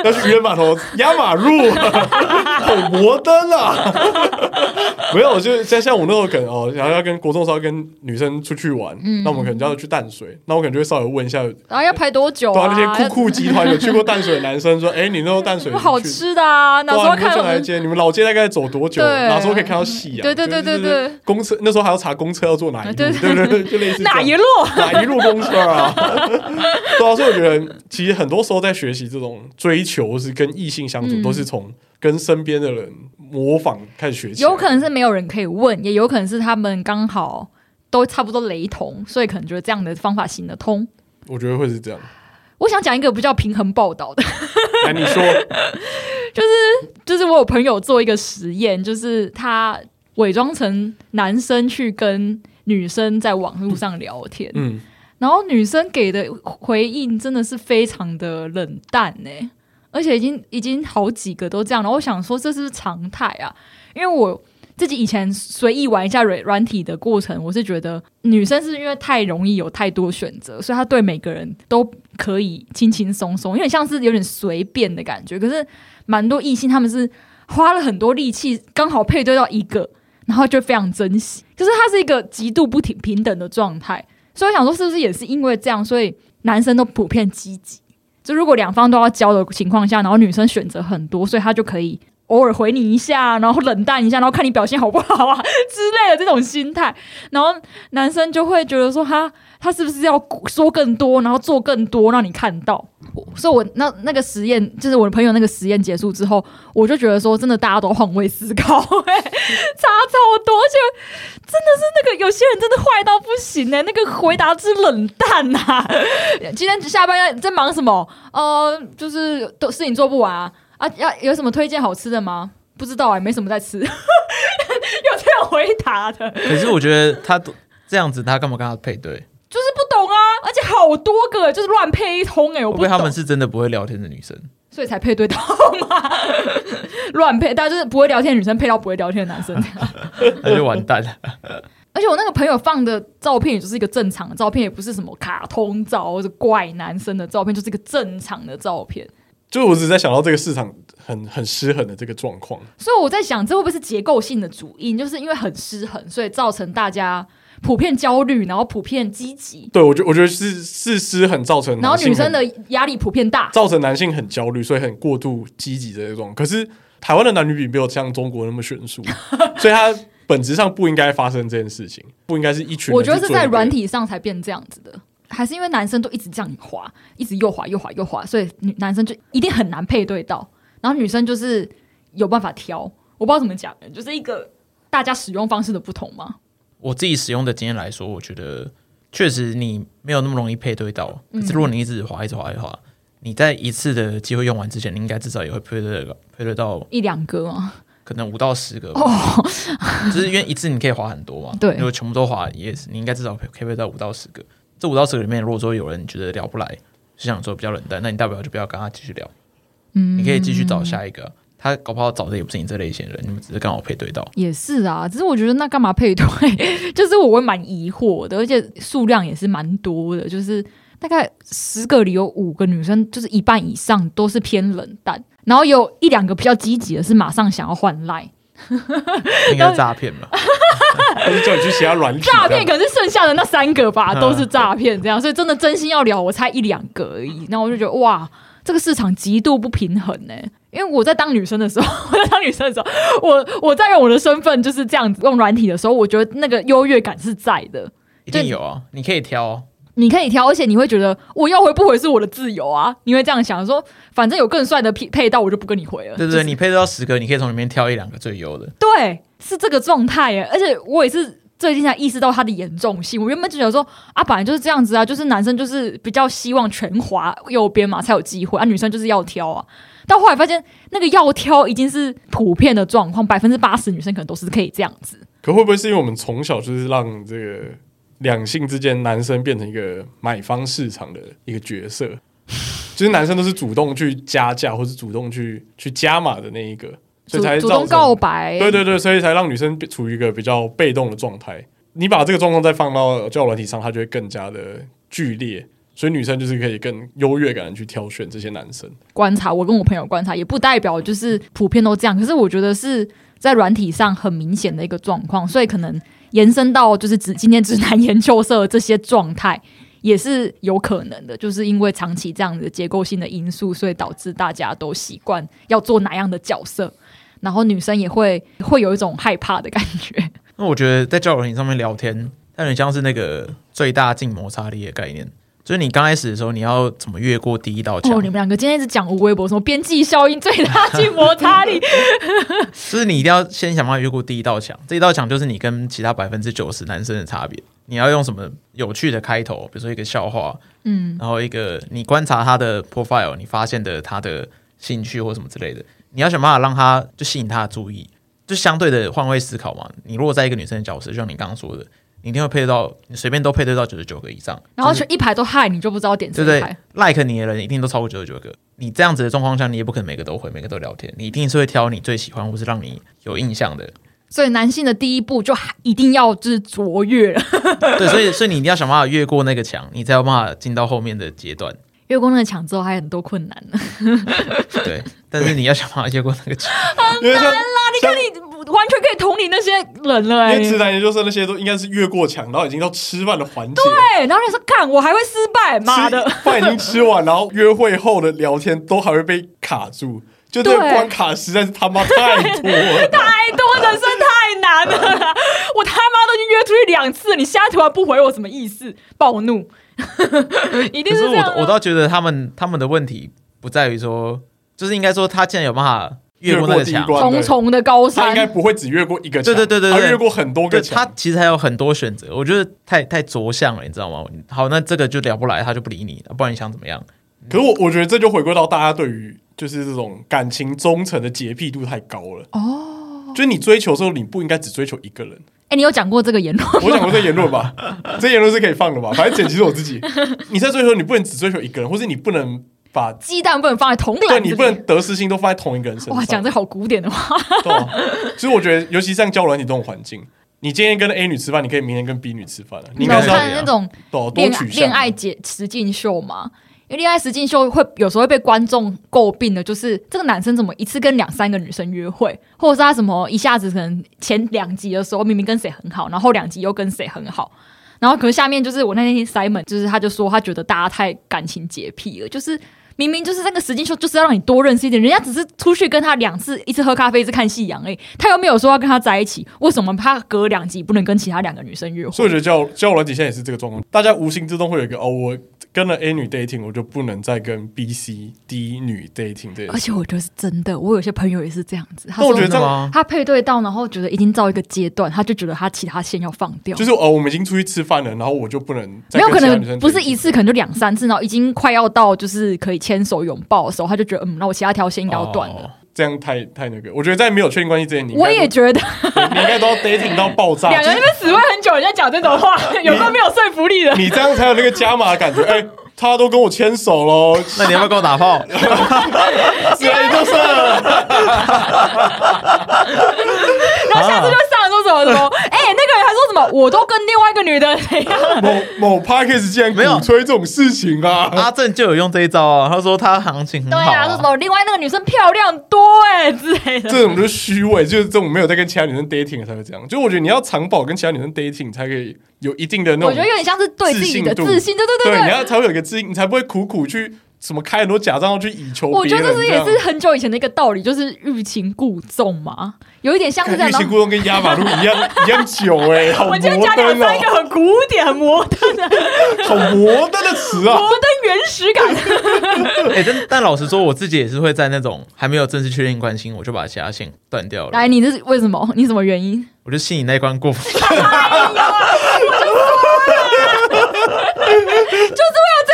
S2: 要去渔人码头压马路，啊好摩登啊！ [LAUGHS] 没有，就是像像我那时候可能哦，然后要跟国中的时候要跟女生出去玩，
S3: 嗯
S2: 那我们可能就要去淡水，那我可能就会稍微问一下，对
S3: 然后要排多久
S2: 啊
S3: 啊？，
S2: 那些酷酷集团有去过淡水的男生说，哎、你那时候淡水
S3: 有 [LAUGHS] 好
S2: 你去。
S3: 吃的啊，哪
S2: 对
S3: 时
S2: 啊，
S3: 候
S2: 你们
S3: 看
S2: 去
S3: 我
S2: 哪一
S3: 们？
S2: 街？你们老街大概走多久？
S3: 对
S2: 哪时候可以看到夕阳？
S3: 对对对
S2: 就是
S3: 对对对，
S2: 公车那时候还要查公车要坐哪一路，
S3: 对
S2: 对
S3: 对
S2: 对对，就类似这样
S3: 哪一路？
S2: 哪一路公车啊？ [LAUGHS] 对啊，所以我觉得其实很多时候在学习这种追求是跟异性相处，
S3: 嗯
S2: 都是从跟身边的人模仿开始学习。
S3: 有可能是没有人可以问，也有可能是他们刚好都差不多雷同，所以可能觉得这样的方法行得通。
S2: 我觉得会是 [LAUGHS] 这样。
S3: 我想讲一个比较平衡报道的。
S2: 来，哎你说，
S3: 就是我有朋友做一个实验，就是他伪装成男生去跟女生在网络上聊天，
S2: 嗯，
S3: 然后女生给的呃回应真的是非常的冷淡呢、而且已经已经好几个都这样了。我想说这是不是常态啊，因为我。自己以前随意玩一下软软体的过程，我是觉得女生是因为太容易有太多选择，所以她对每个人都可以轻轻松松，有点像是有点随便的感觉。可是蛮多异性他们是花了很多力气，刚好配对到一个，然后就非常珍惜。就是它是一个极度不平平等的状态，所以我想说，是不是也是因为这样，所以男生都普遍积极？就如果两方都要交的情况下，然后女生选择很多，所以她就可以偶尔回你一下，然后冷淡一下，然后看你表现好不好啊 [LAUGHS] 之类的这种心态，然后男生就会觉得说他他是不是要说更多，然后做更多，让你看到。我所以我那那个实验，就是我的朋友那个实验结束之后，我就觉得说，真的大家都换位思考、欸，差超多，而且真的是那个有些人真的坏到不行欸呢、那个回答之冷淡啊呐、 [LAUGHS] 今天下班要在忙什么？呃，就是都事情做不完啊啊！要有什么推荐好吃的吗？不知道哎、没什么在 [LAUGHS] 吃，有这样回答的，就是
S1: 可是我觉得他都这样子，他干嘛跟他配对？
S3: 不懂啊，而且好多个欸就是乱配一通哎、
S1: 会
S3: 我
S1: 不
S3: 不
S1: 会
S3: 懂，
S1: 他们是真的不会聊天的女生？
S3: 所以才配对到嘛， [LAUGHS] 乱配，但就是不会聊天的女生配到不会聊天的男生。
S1: 那就完蛋了。
S3: 而且我那个朋友放的照片，也就是一个正常的照片，也不是什么卡通照或者怪男生的照片，就是一个正常的照片。
S2: 就我只是在想到这个市场很很失衡的这个状况。
S3: 所以我在想，这会不会是结构性的主因？就是因为很失衡，所以造成大家普遍焦虑，然后普遍积极，
S2: 对，我觉我觉得是是失衡造成
S3: 然后
S2: 男性
S3: 女生
S2: 很
S3: 的压力普遍大。
S2: 造成男性很焦虑，所以很过度积极的这种。可是台湾的男女比没有像中国那么悬
S3: [LAUGHS]
S2: 殊，所以它本质上不应该发生这件事情，不应该是一群人
S3: 我觉得
S2: 去
S3: 是
S2: 做
S3: 在
S2: 一个
S3: 软体上才变这样子的，还是因为男生都一直这样滑，一直又滑又滑又滑，所以女男生就一定很难配对到，然后女生就是有办法挑。我不知道怎么讲，就是一个大家使用方式的不同嘛。
S1: 我自己使用的经验来说，我觉得确实你没有那么容易配对到。可是如果你一直滑，一直滑，一直滑，你在一次的机会用完之前，你应该至少也会配对到配对到
S3: 一两个嘛，
S1: 可能五到十个吧。就是因为一次你可以滑很多嘛，
S3: 对
S1: 如果全部都滑，也是你应该至少可以配对到五到十个。这五到十个里面，如果说有人觉得聊不来，就想说比较冷淡，那你大不了就不要跟他继续聊，你可以继续找下一个啊。他搞不好找的也不是你这类型的人，你们只是刚好配对到。
S3: 也是啊，只是我觉得那干嘛配对？ [LAUGHS] 就是我会蛮疑惑的，而且数量也是蛮多的，就是大概十个里有五个女生，就是一半以上都是偏冷淡，然后有一两个比较积极的是马上想要换赖。
S1: 应该是诈骗吧？
S2: 他就叫你去其他软体
S3: 诈
S2: 这样
S3: 骗，可是剩下的那三个吧，
S1: 嗯
S3: 都是诈骗，这样，所以真的真心要聊，我才一两个而已。然后我就觉得哇，这个市场极度不平衡呢、因为我在当女生的时候，我在当女生的时候，我我在用我的身份就是这样子用软体的时候，我觉得那个优越感是在的。
S1: 一定有啊，你可以挑哦。
S3: 你可以挑，而且你会觉得我要回不回是我的自由啊！你会这样想说，反正有更帅的配配到，我就不跟你回
S1: [LAUGHS]
S3: 了。
S1: 对对，对你配对到十个，你可以从里面挑一两个最优的。
S3: 对，是这个状态耶。而且我也是最近才意识到它的严重性。我原本就想说啊，本来就是这样子啊，就是男生就是比较希望全滑右边嘛才有机会啊，女生就是要挑啊。但后来发现那个要挑已经是普遍的状况，百分之八十女生可能都是可以这样子。
S2: 可会不会是因为我们从小就是让这个两性之间男生变成一个买方市场的一个角色， [LAUGHS] 就是男生都是主动去加价或是主动去去加码的那一个，所
S3: 主
S2: 以才
S3: 主
S2: 造
S3: 动
S2: 成
S3: 告白，
S2: 对对对，所以才让女生处于一个比较被动的状态。你把这个状况再放到交友软体上，它就会更加的剧烈。所以女生就是可以更优越感地去挑选这些男生，
S3: 观察，我跟我朋友观察，也不代表就是普遍都这样。可是我觉得是在软体上很明显的一个状况，所以可能延伸到就是指今天直男研究社的这些状态也是有可能的， [LAUGHS] 就是因为长期这样的结构性的因素，所以导致大家都习惯要做哪样的角色，然后女生也会会有一种害怕的感
S1: [LAUGHS]
S3: 觉。
S1: 那我觉得在交友软件上面聊天，它有点像是那个最大静摩擦力的概念，就是你刚开始的时候，你要怎么越过第一道墙，
S3: 哦，你们两个今天一直讲无微博，什么边际效应、最大静摩
S1: [LAUGHS]
S3: 擦力，
S1: 就是你一定要先想办法越过第一道墙。这一道墙就是你跟其他百分之九十男生的差别。你要用什么有趣的开头，比如说一个笑话，嗯，然后一个你观察他的 profile，你发现的他的兴趣或什么之类的，你要想办法让他就吸引他的注意，就相对的换位思考嘛。你如果在一个女生的角色，就像你刚刚说的，你一定会配对到，你随便都配对到九十九个以上，
S3: 然后
S1: 就是
S3: 就一排都害你就不知道点
S1: 对
S3: 谁
S1: 不对
S3: 排。
S1: ？like 你的人一定都超过九十九个。你这样子的状况下，你也不可能每个都回，每个都聊天，你一定是会挑你最喜欢或是让你有印象的。
S3: 所以男性的第一步就还一定要就是卓越，
S1: [LAUGHS] 对，所以所以你一定要想办法越过那个墙，你才有办法进到后面的阶段。
S3: 越过那个墙之后还有很多困难呢。
S1: 对， [LAUGHS] 但是你要想办法越过那个墙。
S2: 因为像像
S3: 啊你完全可以同理那些人了哎、
S2: 因为直男研究生那些都应该是越过墙，然后已经到吃饭的环节，
S3: 对，哎然后你说干，我还会失败，妈的！
S2: 吃，饭已经吃完，然后约会后的聊天都还会被卡住，就这个
S3: 对。
S2: 关卡实在是他妈太多了
S3: [LAUGHS] 太多人生太难了啦，我他妈都已经约出去两次，你下一图还不回我，什么意思？暴怒， [LAUGHS] 一定
S1: 可是
S3: 这样啊、
S1: 我我倒觉得他们他们的问题不在于说，就是应该说他竟然有办法越过那个
S2: 越过第一
S1: 墙，
S2: 关
S3: 重重的高
S2: 他
S3: 山
S2: 应，该不会只越过一个墙，
S1: 对对对对对
S2: 他越过很多个
S1: 对他
S2: 墙。
S1: 其实还有很多选择。我觉得太太着相了，你知道吗？好，那这个就聊不来，他就不理你，不然你想怎么样？
S2: 可是我我觉得这就回归到大家对于就是这种感情忠诚的洁癖度太高了哦。就是你追求的时候，你不应该只追求一个人。
S3: 哎、你有讲过这个言论吗？
S2: 我讲过这言
S1: [LAUGHS]
S2: 论吧，这言论是可以放的吧？反正剪辑是我自己。 [LAUGHS] 你在追求，你不能只追求一个人，或是你不能把
S3: 鸡蛋不能放在同
S2: 对
S3: 篮
S2: 你
S3: 子
S2: 不
S3: 里。
S2: 能得失心都放在同一个人身上。
S3: 哇，讲这好古典的话，
S2: [LAUGHS] 对啊、所以我觉得，尤其像交友软体这种环境，你今天跟 A 女吃饭，你可以明天跟 B 女吃饭了。啊
S3: 嗯
S2: 你应该
S1: 有
S2: 是要
S3: 看啊那种
S2: 多啊多
S3: 恋
S2: 取向
S3: 恋爱节实境秀嘛，因为恋爱实境秀会有时候会被观众诟病的，就是这个男生怎么一次跟两三个女生约会，或者是他什么一下子可能前两集的时候明明跟谁很好，然后后两集又跟谁很好。然后可是下面就是我那天 Simon，就是他就说他觉得大家太感情洁癖了，就是明明就是那个实境秀就是要让你多认识一点，人家只是出去跟他两次，一次喝咖啡，一次看夕阳而已，他又没有说要跟他在一起，为什么他隔两集不能跟其他两个女生约
S2: 所以我？觉
S3: 会
S2: 得交友交友软体现在也是这个状况，大家无形之中会有一个哦，我跟了 A 女 dating，我就不能再跟 B、C、D 女 dating 这件
S3: 而
S2: 事。
S3: 且我觉得哦是真的，我有些朋友也是这样子。他
S2: 但我
S3: 说
S2: 觉得这
S1: 真的
S2: 样啊
S1: 吗？
S3: 他配对到，然后觉得已经到一个阶段，他就觉得他其他线要放掉，
S2: 就是哦，我们已经出去吃饭了，然后我就不能再
S3: 没有
S2: 跟其
S3: 可
S2: 他女生
S3: 能不是
S2: dating
S3: 一次，可能就两三次，然后已经快要到就是可以牵手拥抱的时候，他就觉得嗯，那我其他条线应该要断了。
S1: 哦
S2: 这样太太那个。我觉得在没有确定关系之前，你应该
S3: [LAUGHS] 我也觉得
S2: 你应该都要 dating 到爆炸，
S3: 两个
S2: 就
S3: 人在那
S2: 是 [LAUGHS]
S3: 边死会很久，人家讲这种话，有时候没有说服力的。
S2: 你这样才有那个加码的感觉。哎，他都跟我牵手
S3: [LAUGHS]
S2: 喽，
S1: 那你要不要跟我打炮？
S2: 谁都是
S3: 然后下次就上来说什么什么，
S2: [LAUGHS]
S3: 哎、那个人还说什么，我都跟另外一个女的怎
S2: 啊 [LAUGHS]
S3: 样，
S2: 某某 p a c k a g e 竟然
S1: 没有
S2: 鼓吹这种事情啊！ [LAUGHS]
S1: 阿正就有用这一招啊，他说他行情很
S3: 对
S1: 好、
S3: 啊，说什么另外那个女生漂亮多哎、之类的，
S2: 这种就是虚伪，就是这种没有在跟其他女生 dating 的才会这样。就我觉得你要长跑跟其他女生 dating 才可以有一定的那种，
S3: 我觉得有点像是对自己的
S2: 自信
S3: 自
S2: 度
S3: 信，对对
S2: 对，你
S3: 对。
S2: 要才会有一个自信，你才不会苦苦去什么开很多假账号去以求别人。
S3: 我觉得这是也
S2: 样
S3: 是很久以前的一个道理，就是欲擒故纵嘛，有一点像是这样。
S2: 欲
S3: 然
S2: 擒
S3: 后
S2: 故纵跟压马路一样一样久
S3: [LAUGHS]
S2: 哎、好
S3: 我
S2: 摩
S3: 今天加两
S2: 登
S3: 三个
S2: 哦，
S3: 很古典、
S2: [LAUGHS]
S3: 很摩登的、
S2: 好摩登的词啊！
S3: 摩登原始感。
S2: [LAUGHS]
S1: 哎、但但老实说，我自己也是会在那种还没有正式确定关系，我就把其他线断掉了。
S3: 来，你这是为什么？你什么
S2: [LAUGHS]
S3: 原因？
S1: 我就信你那一关过不去。
S3: 哎啊 [LAUGHS] 啊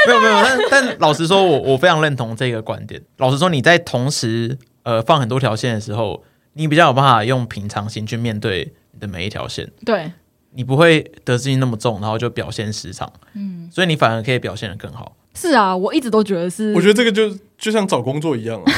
S1: 没有没有，但但老实说，我我非常认同这个观点。老实说，你在同时呃放很多条线的时候，你比较有办法用平常心去面对你的每一条线，
S3: 对，
S1: 你不会得失心那么重，然后就表现失常。嗯，所以你反而可以表现得更好。
S3: 是啊，我一直都觉得是，
S2: 我觉得这个就就像找工作一样、啊，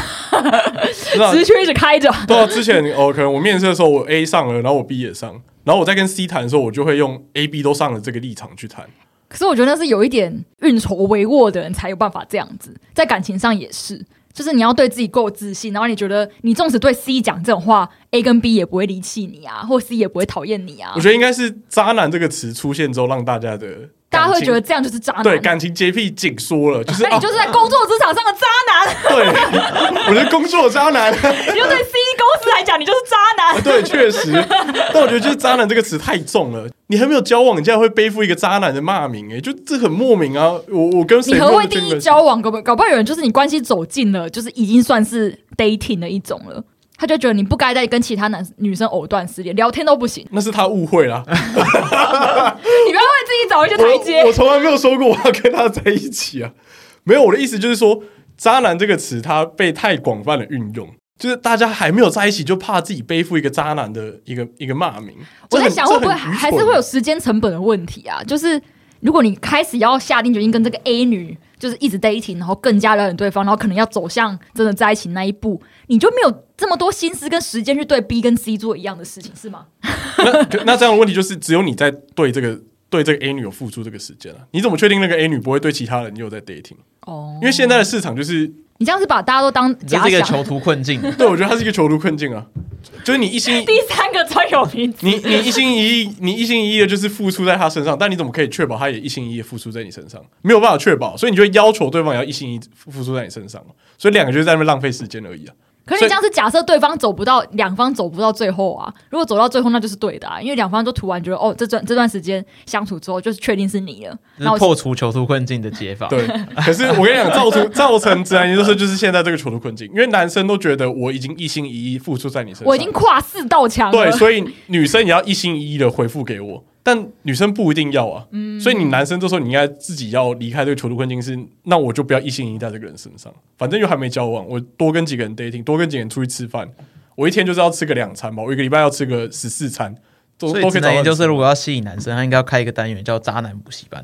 S2: 那
S3: 职缺一直开着。
S2: 对啊，之前哦，可能我面试的时候我 A 上了，然后我 B 也上，然后我在跟 C 谈的时候，我就会用 A、B 都上了这个立场去谈。
S3: 可是我觉得那是有一点运筹帷幄的人才有办法这样子，在感情上也是，就是你要对自己够自信，然后你觉得你纵使对 C 讲这种话，A 跟 B 也不会离弃你啊，或 C 也不会讨厌你啊
S2: 我，觉得应该是“渣男”这个词出现之后，让大家的
S3: 大家
S2: 感
S3: 会
S2: 情
S3: 觉得这样就是渣男。啊
S2: 对感情洁癖紧缩了，就是
S3: [LAUGHS] 那
S2: 啊
S3: 你，就是在工作职场上的渣男，
S2: 对，我是工作渣
S3: [LAUGHS]
S2: 男。
S3: 你就对 C 公司来讲，你就是渣男。
S2: 对，确实，但我觉得就是“渣男”这个词太重了。你还没有交往，你竟然会背负一个渣男的骂名、哎，就这很莫名啊！我我跟谁
S3: [LAUGHS] 你何
S2: 没有
S3: 谓定
S2: 见
S3: 义
S2: 过
S3: 交往？搞不搞不好有人就是你关系走近了，就是已经算是 dating 的一种了，他就觉得你不该再跟其他男女生藕断丝连，聊天都不行。 [LAUGHS]
S2: 那是他误会啦，
S3: 你不要为自己找一些台阶
S2: 我 [LAUGHS] 我。从来没有说过我要跟他在一起啊， [LAUGHS] 没有，我的意思就是说，“渣男”这个词它被太广泛的运用，就是大家还没有在一起就怕自己背负一个渣男的一个一个骂名。
S3: 我
S2: 这
S3: 在
S2: 很
S3: 想会不会
S2: 这很愚蠢
S3: 还是会有时间成本的问题啊？就是如果你开始要下定决心跟这个 A 女就是一直 dating，然后更加了解对方，然后可能要走向真的在一起那一步，你就没有这么多心思跟时间去对 B 跟 C 做一样的事情，是吗？
S2: [LAUGHS] 那可那这样的问题就是，只有你在对这个对这个 A 女有付出这个时间啊，你怎么确定那个 A 女不会对其他人又在 dating？
S3: 哦
S2: 因为现在的市场就是，
S3: 你这样是把大家都当
S1: 你这
S3: 假
S1: 是一个
S3: 想。
S1: 囚徒困境。
S2: 对我觉得它是一个囚徒困境啊，就是你一心
S3: [LAUGHS] 第三个专有名词，
S2: 你你一心一意，你一心一意的就是付出在他身上，但你怎么可以确保他也一心一意地付出在你身上？没有办法确保，所以你就会要求对方也要一心一意付出在你身上，所以两个就是在那边浪费时间而已啊。
S3: [LAUGHS] 可是
S2: 所以
S3: 你这样是假设对方走不到，两方走不到最后啊。如果走到最后，那就是对的啊，因为两方都突然觉得哦，这段这段时间相处之后，就是确定是你了。
S1: 这是破除囚徒困境的解法。
S2: 对，可是我跟你讲，造出造成自然研究生就是现在这个囚徒困境，因为男生都觉得我已经一心一意付出在你身上，
S3: 我已经跨四道墙了。
S2: 对，所以女生也要一心一意的回复给我，但女生不一定要啊。所以你男生这时候你应该自己要离开这个囚徒困境是，那我就不要一心一意在这个人身上，反正又还没交往，我多跟几个人 dating，多跟几个人出去吃饭，我一天就是要吃个两餐吧，我一个礼拜要吃个十四餐，都
S1: 所
S2: 都
S1: 以
S2: 可
S1: 直
S2: 以找
S1: 男研
S2: 到人
S1: 究
S2: 吃
S1: 生如果要吸引男生，他应该要开一个单元叫“渣男补习班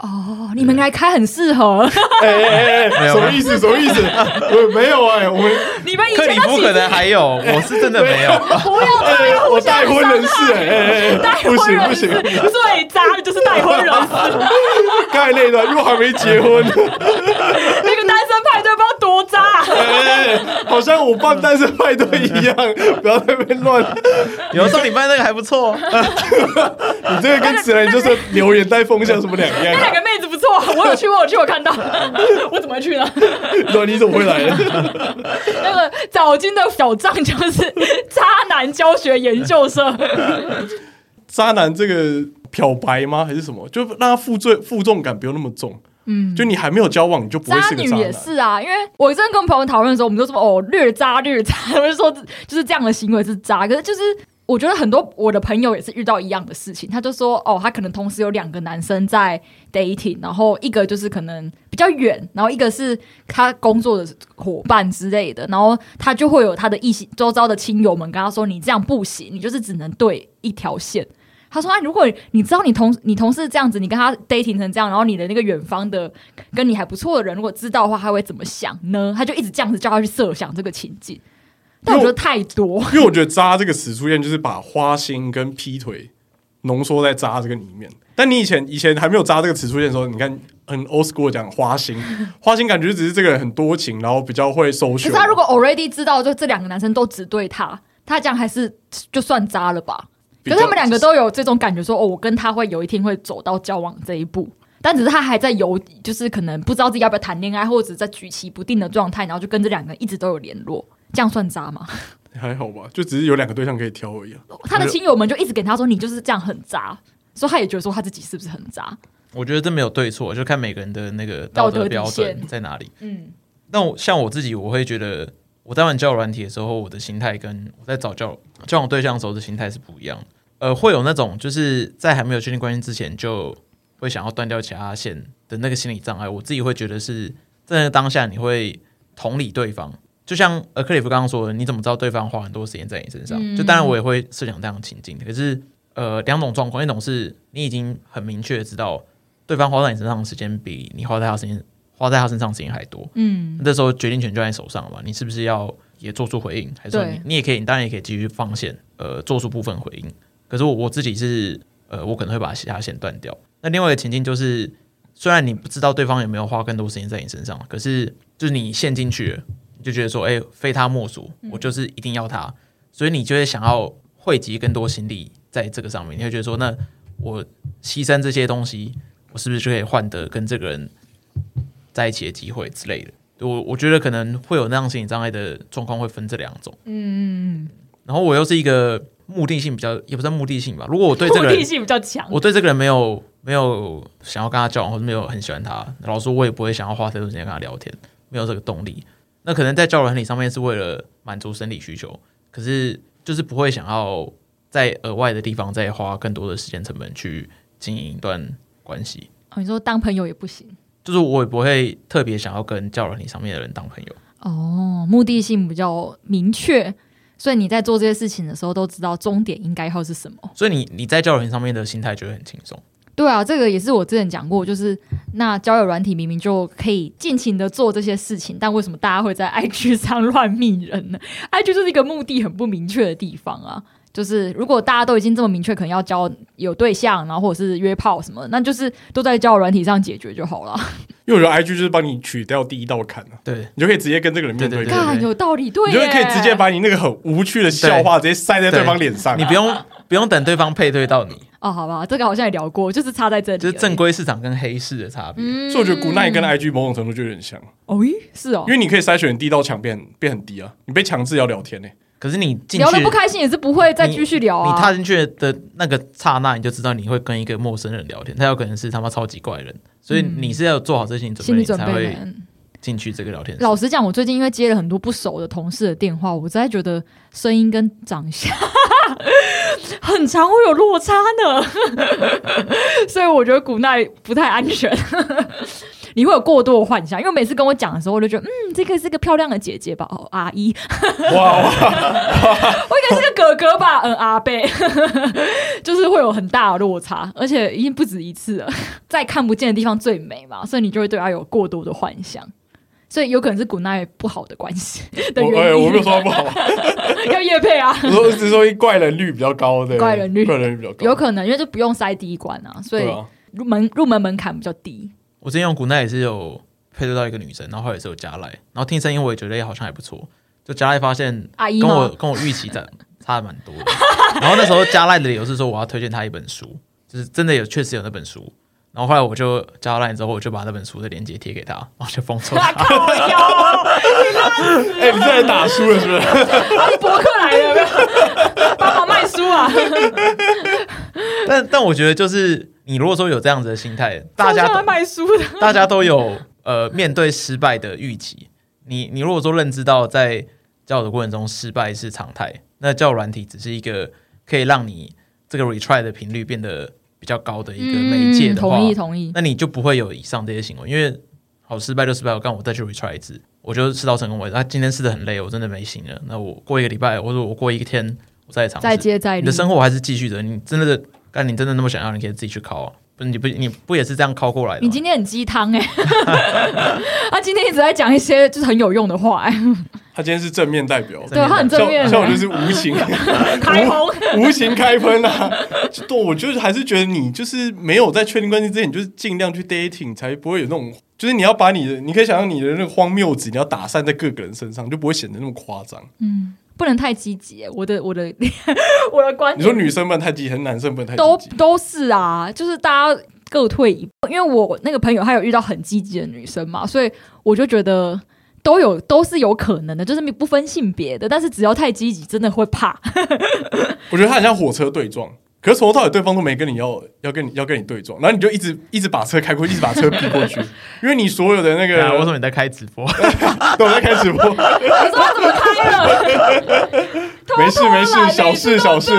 S3: 哦，你们来开很适合，
S2: [LAUGHS] 哎哎
S1: [LAUGHS]
S2: 哎哎，什么意思？什么意思？我没有哎、我们
S3: 你们”。以
S1: 克
S3: 前
S1: 里
S3: 都
S1: 夫
S3: 其
S1: 可
S3: 实
S1: 能还
S3: [LAUGHS]
S1: 有，我是真的没有。
S3: 不要
S2: 哎、我带婚人士
S3: [LAUGHS]
S2: 哎哎哎，
S3: 带
S2: 不
S3: 婚
S2: 行不
S3: 人士，
S2: 行，
S3: 最渣的就是带婚人士，
S2: [LAUGHS] 刚才那一段因为我还没结婚。
S3: 那个单身派对不知道多渣啊。
S2: 哎、好像我办单身派对一样，
S1: [LAUGHS]
S2: 不要在那边乱。
S1: [LAUGHS] 有时候你班那个还不错， [LAUGHS]
S2: 你这个跟直男就是留言带风向什么两
S3: 那
S2: 样？啊
S3: [LAUGHS] 两个妹子不错，我有去，我有去，我看到， [LAUGHS] 我怎么会去呢？
S2: 对，你怎么会来啊的？
S3: [LAUGHS] 那个早金的小账就是渣男教学研究社，
S2: 渣男这个漂白吗？还是什么？就让他负罪负重感不用那么重。嗯，就你还没有交往，你就不会
S3: 渣
S2: 是个
S3: 女
S2: 渣
S3: 也
S2: 男。
S3: 是啊，因为我真的跟朋友讨论的时候，我们都说哦略渣略渣，他们就说就是这样的行为是渣，可是就是。我觉得很多我的朋友也是遇到一样的事情，他就说哦，他可能同时有两个男生在 dating，然后一个就是可能比较远，然后一个是他工作的伙伴之类的，然后他就会有他的一些周遭的亲友们跟他说，你这样不行，你就是只能对一条线。他说啊，如果你知道你同你同事这样子，你跟他 dating 成这样，然后你的那个远方的跟你还不错的人，如果知道的话，他会怎么想呢？他就一直这样子叫他去设想这个情境，但我觉得太多，
S2: 因为我觉得“渣”这个词出现，就是把花心跟劈腿浓缩在“渣”这个里面。但你以前以前还没有“渣”这个词出现的时候，你看很 old school 讲花
S3: [LAUGHS]
S2: 心，花心感觉就只是这个人很多情，然后比较会收
S3: 可
S2: 学
S3: 是。他如果 already 知道，就这两个男生都只对他，他这样还是就算渣了吧？
S2: 比
S3: 可
S2: 较
S3: 是他们两个都有这种感觉说，哦，我跟他会有一天会走到交往这一步，但只是他还在犹，就是可能不知道自己要不要谈恋爱，或者只是在举棋不定的状态，然后就跟这两个人一直都有联络，这样算渣吗？
S2: 还好吧，就只是有两个对象可以挑而已、啊。
S3: 他的亲友们就一直给他说，你就是这样很渣，所以他也觉得说他自己是不是很渣？
S1: 我觉得这没有对错，就看每个人的那个道
S3: 道
S1: 德
S3: 德底
S1: 标准
S3: 线
S1: 在哪里。
S3: 嗯，
S1: 那我像我自己，我会觉得我在玩交友软体的时候，我的心态跟我在找交友交往对象的时候的心态是不一样的。呃，会有那种就是在还没有确定关系之前，就会想要断掉其他线的那个心理障碍。我自己会觉得是在那个当下，你会同理对方。就像呃克里夫刚刚说的，你怎么知道对方花很多时间在你身上？
S3: 嗯
S1: 就当然我也会设想这样的情境，可是呃两种状况，一种是你已经很明确地知道对方花在你身上的时间比你花在他身上花在他身上的时间还多，
S3: 嗯，
S1: 那时候决定权就在你手上了嘛，你是不是要也做出回应？还是说
S3: 对
S1: 你你也可以，你当然也可以继续放线，呃，做出部分回应。可是我我自己是，呃，我可能会把其他线断掉。那另外一个情境就是，虽然你不知道对方有没有花更多时间在你身上，可是就是你陷进去了，你就觉得说，哎、非他莫属，我就是一定要他，所以你就会想要汇集更多心力在这个上面，你会觉得说，那我牺牲这些东西，我是不是就可以换得跟这个人在一起的机会之类的？我我觉得可能会有那样心理障碍的状况会分这两种。嗯，然后我又是一个目的性比较，也不算目的性吧。如果我对这
S3: 目
S1: 个人
S3: 的性比较强，
S1: 我对这个人没有没有想要跟他交往，或者没有很喜欢他，老实说，我也不会想要花太多时间跟他聊天，没有这个动力。那可能在交友软体上面是为了满足生理需求，可是就是不会想要在额外的地方再花更多的时间成本去经营一段关系。
S3: 哦你说当朋友也不行
S1: 就是我也不会特别想要跟交友软体上面的人当朋友。
S3: 哦，目的性比较明确，所以你在做这些事情的时候都知道终点应该要是什么。
S1: 所以你你在交友软体上面的心态就会很轻松。
S3: 对啊，这个也是我之前讲过，就是那交友软体明明就可以尽情的做这些事情，但为什么大家会在 [LAUGHS] IG 上乱密人呢？IG 就是一个目的很不明确的地方啊。就是如果大家都已经这么明确，可能要交有对象，然后或者是约炮什么的，那就是都在交友软体上解决就好了。
S2: 因为我觉得 IG 就是帮你取掉第一道坎啊，
S1: 对，
S2: 你就可以直接跟这个人面对
S1: 对
S3: [LAUGHS]
S1: 对
S2: 面，
S3: 看有道理，对
S2: 你
S3: 耶，
S2: 就可以直接把你那个很无趣的笑话直接塞在对方脸上。啊
S1: 你不用不用等对方配对到你，
S3: 哦，好吧，这个好像也聊过，就是差在这里而已，
S1: 就是正规市场跟黑市的差别。
S3: 嗯。
S2: 所以我觉得 Good Night 跟 IG 某种程度就有点像，
S3: 哦，咦，是哦
S2: 因，为你可以筛选第一道墙变变很低啊，你被强制要聊
S3: [LAUGHS]
S2: 天呢、
S1: 可是你进去
S3: 聊的不开心也是不会再继续聊啊。
S1: 你踏进去的那个刹那，你就知道你会跟一个陌生人聊天，他有可能是他妈超级怪人，所以你是要做好这些心理准备，
S3: 心理
S1: 你
S3: 准
S1: 才
S3: 备
S1: 会
S3: 呢？
S1: 进去这个聊天室。
S3: 老实讲，我最近因为接了很多不熟的同事的电话，我真的觉得声音跟长相 [LAUGHS] 很常会有落差呢， [LAUGHS] 所以我觉得古奈不太安全。 [LAUGHS] 你会有过多的幻想，因为每次跟我讲的时候，我就觉得，嗯，这个是个漂亮的姐姐吧，哦，阿姨，
S2: 哇哇，
S3: 我应该是个哥哥吧，嗯，阿贝， [LAUGHS] 就是会有很大的落差，而且已经不止一次了， [LAUGHS] 在看不见的地方最美嘛，所以你就会对他有过多的幻想，所以有可能是古奈不好的关系的
S2: 我哎、
S3: 原因。
S2: 我没有说他不好，
S3: [LAUGHS] 要叶配啊，
S2: 我说只是说一怪人率比较高的，
S3: 怪人率
S2: 怪人率比较高，
S3: 有可能因为就不用塞第一关啊，所以
S2: 对啊，
S3: 入门、入门门槛比较低。
S1: 我之前用古奈也是有配对到一个女生，然后后来也是有加赖，然后听声音我也觉得好像还不错，就加赖发现
S3: 阿姨
S1: 跟我
S3: 吗？
S1: 跟我预期的差的蛮多的。然后那时候加赖的理由是说我要推荐他一本书，就是真的有确实有那本书。然后后来我就加赖之后，我就把那本书的链接贴给他，然后就封
S3: [LAUGHS]
S2: 啊
S1: 锁他。
S3: 啊靠腰，啊
S2: 哎、你这来打输了是 [LAUGHS] 不是？
S3: 他是博客来的有没有， [LAUGHS] 帮忙卖书啊！
S1: 但但我觉得就是你如果说有这样子的心态，大家
S3: 超像
S1: 都
S3: 在卖书 [LAUGHS] 的，
S1: 大家都有呃面对失败的预期。你你如果说认知到在交友的过程中失败是常态，那交友软体只是一个可以让你这个 retry 的频率变得比较高的一个媒介
S3: 嗯
S1: 的话，
S3: 同意同意。
S1: 那你就不会有以上这些行为，因为好失败就失败，我干我再去 retry 一次，我就试到成功为止。那、今天试的很累，我真的没行了，那我过一个礼拜或者我过一天，我再尝试。
S3: 再接再
S1: 你
S3: 厉
S1: 的，生活还是继续着，你真的但你真的那么想要，你可以自己去考啊。不，你不你不也是这样考过来的
S3: 你
S1: 吗？
S3: 今天很鸡汤哎， [LAUGHS] 他今天一直在讲一些就是很有用的话
S2: [LAUGHS]
S3: 哎、
S2: 他今天是正面代表，
S1: 正
S3: 对他很正面
S2: 像像
S3: 欸，
S2: 我就是无情
S3: 开红。
S2: [LAUGHS] 无情开喷啊！就对，我就是还是觉得你就是没有在确定关系之前，你就是尽量去 dating，才不会有那种，就是你要把你的，你可以想象你的那个荒谬值，你要打散在各个人身上，就不会显得那么夸张。
S3: 不能太积极欸、我的我的 [LAUGHS] 我的观
S2: 你说
S3: 点
S2: 女生们太积极，还是男生们太
S3: 都
S2: 积极？
S3: 都是啊，就是大家各退一步。因为我那个朋友她有遇到很积极的女生嘛，所以我就觉得都有都是有可能的，就是不分性别的。但是只要太积极，真的会怕。
S2: 我觉得他很像火车对撞，可是从头到尾对方都没跟你要要跟你要跟你对撞，然后你就一直一直把车开过去，一直把车逼过去，
S1: [LAUGHS]
S2: 因为你所有的那
S1: 对啊，
S2: 个，
S1: 为什么你在开直播？
S2: 对我在开直播，
S3: 我说我怎么开了？ [LAUGHS]
S2: 没事没事
S3: 偷偷，懒
S2: 小事小事。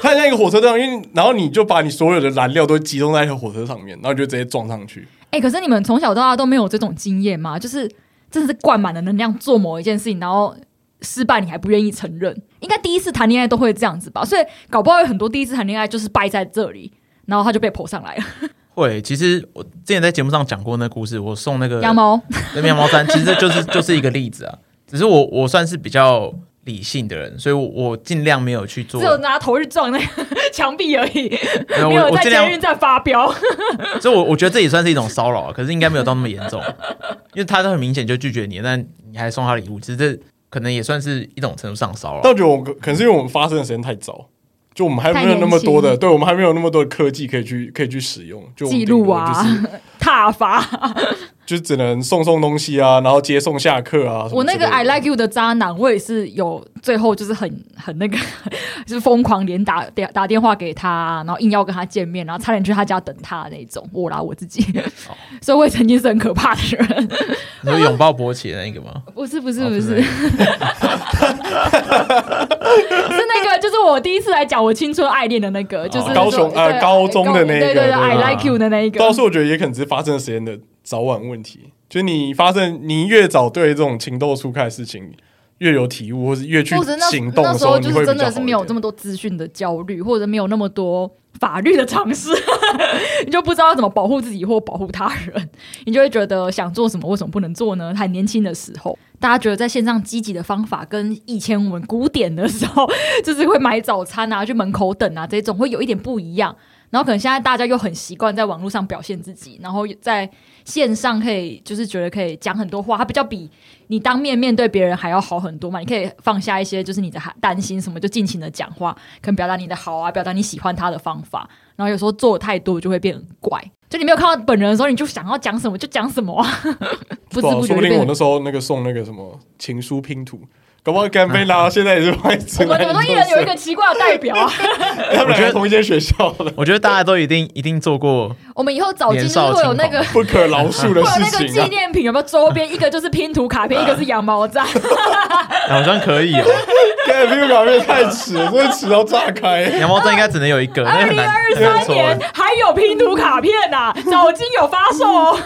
S2: 它很像一个火车站，因为然后你就把你所有的燃料都集中在一个火车上面，然后你就直接撞上去。
S3: 哎、可是你们从小到大都没有这种经验吗？就是真的是灌满了能量做某一件事情，然后失败你还不愿意承认，应该第一次谈恋爱都会这样子吧？所以搞不好有很多第一次谈恋爱就是败在这里，然后他就被泼上来了。
S1: [LAUGHS] 会，其实我之前在节目上讲过那故事，我送那个
S3: 羊毛，
S1: 那面包山，其实这 [LAUGHS] 就是就是一个例子啊。只是我我算是比较理性的人，所以我我尽量没有去做
S3: 只，有拿头去撞那个 [LAUGHS] 墙壁而已，
S1: 没有
S3: 没有
S1: 我我
S3: 在
S1: 尽
S3: 监
S1: 量
S3: 狱站发飙。
S1: [LAUGHS] 所以我我觉得这也算是一种骚扰啊，可是应该没有到那么严重， [LAUGHS] 因为他都很明显就拒绝你，但你还送他礼物，其实这可能也算是一种程度上
S3: [LAUGHS]
S1: 骚扰。
S2: 但我觉得我可可能是因为我们发生的时间太早，就我们还没有那么多
S3: 太年
S2: 的，
S3: 轻
S2: 对我们还没有那么多的科技可以去可以去使用，就我们
S3: 嗯记录啊
S2: 顶多
S3: 踏伐
S2: 就是就只能送送东西啊，然后接送下课啊。什么
S3: 我那
S2: 之类
S3: 个
S2: 的
S3: I like you 的渣男，我也是有最后就是很 [LAUGHS] 很那个，就是疯狂连打打打电话给他，然后硬要跟他见面，然后差点去他家等他那种。我啦我自己，
S2: 哦
S3: [LAUGHS] 所以我也曾经是很可怕的人。
S1: 你说拥抱勃起的那个吗？
S3: [LAUGHS] 不是不是
S1: 哦
S3: 不
S1: 不
S3: 是，
S1: 是
S3: 是那个就是我第一次来讲我青春爱恋的那个，就是说
S2: 高雄呃
S3: 对
S2: 高中的那一个
S3: 对对对
S2: 对吧
S3: ，I like you 的那一个。
S2: 倒是我觉得也可能只是发生的时间的早晚问题，就是你发生你越早对这种情窦初开的事情越有体悟，或是越去
S3: 或者那
S2: 行动
S3: 那
S2: 的
S3: 时候
S2: 你
S3: 就
S2: 会
S3: 是
S2: 比
S3: 真
S2: 较
S3: 的
S2: 好
S3: 是没有
S2: 一点
S3: 这么多资讯的焦虑，或者没有那么多法律的常识， [LAUGHS] 你就不知道怎么保护自己或保护他人，你就会觉得想做什么为什么不能做呢？还年轻的时候，大家觉得在线上积极的方法跟以前我们古典的时候， [LAUGHS] 就是会买早餐啊、去门口等啊这种，会有一点不一样。然后可能现在大家又很习惯在网络上表现自己，然后在线上可以就是觉得可以讲很多话，它比较比你当面面对别人还要好很多嘛。你可以放下一些就是你的担心什么，就尽情的讲话，可能表达你的好啊，表达你喜欢他的方法。然后有时候做得太多就会变很怪，就你没有看到本人的时候，你就想要讲什么就讲什么啊，不知
S2: 对啊
S3: 不觉
S2: 说
S3: 就
S2: 不
S3: 变
S2: 定我
S3: 成。
S2: 那时候那个送那个什么情书拼图，搞不好干杯啦，现在也是外
S3: 我
S2: 资
S3: 们
S2: 来
S3: 我
S2: 的
S3: 们
S2: 公
S3: 都
S2: 司。
S3: 一人有一个奇怪的代表啊！
S2: 他们两个同一间学校的，
S1: 我觉得大家都一定一定做过，
S3: 我们以后找金就是会有那个
S2: 不可饶恕的
S3: 会有那个
S2: 事情
S3: 纪
S2: 啊！
S3: 念品，有没有周边？一个就是拼图卡片，一个是羊毛毡。
S1: 好像可
S3: [LAUGHS]
S1: 以哦。
S2: 干杯搞面太迟了，真的迟到炸开。
S1: 羊毛毡应该只能有一个，那
S3: 二
S1: 很
S3: 零
S1: 难
S3: 二
S1: 很难
S3: 三
S1: 抽
S3: 年还有拼图卡片呐、早经有发售哦。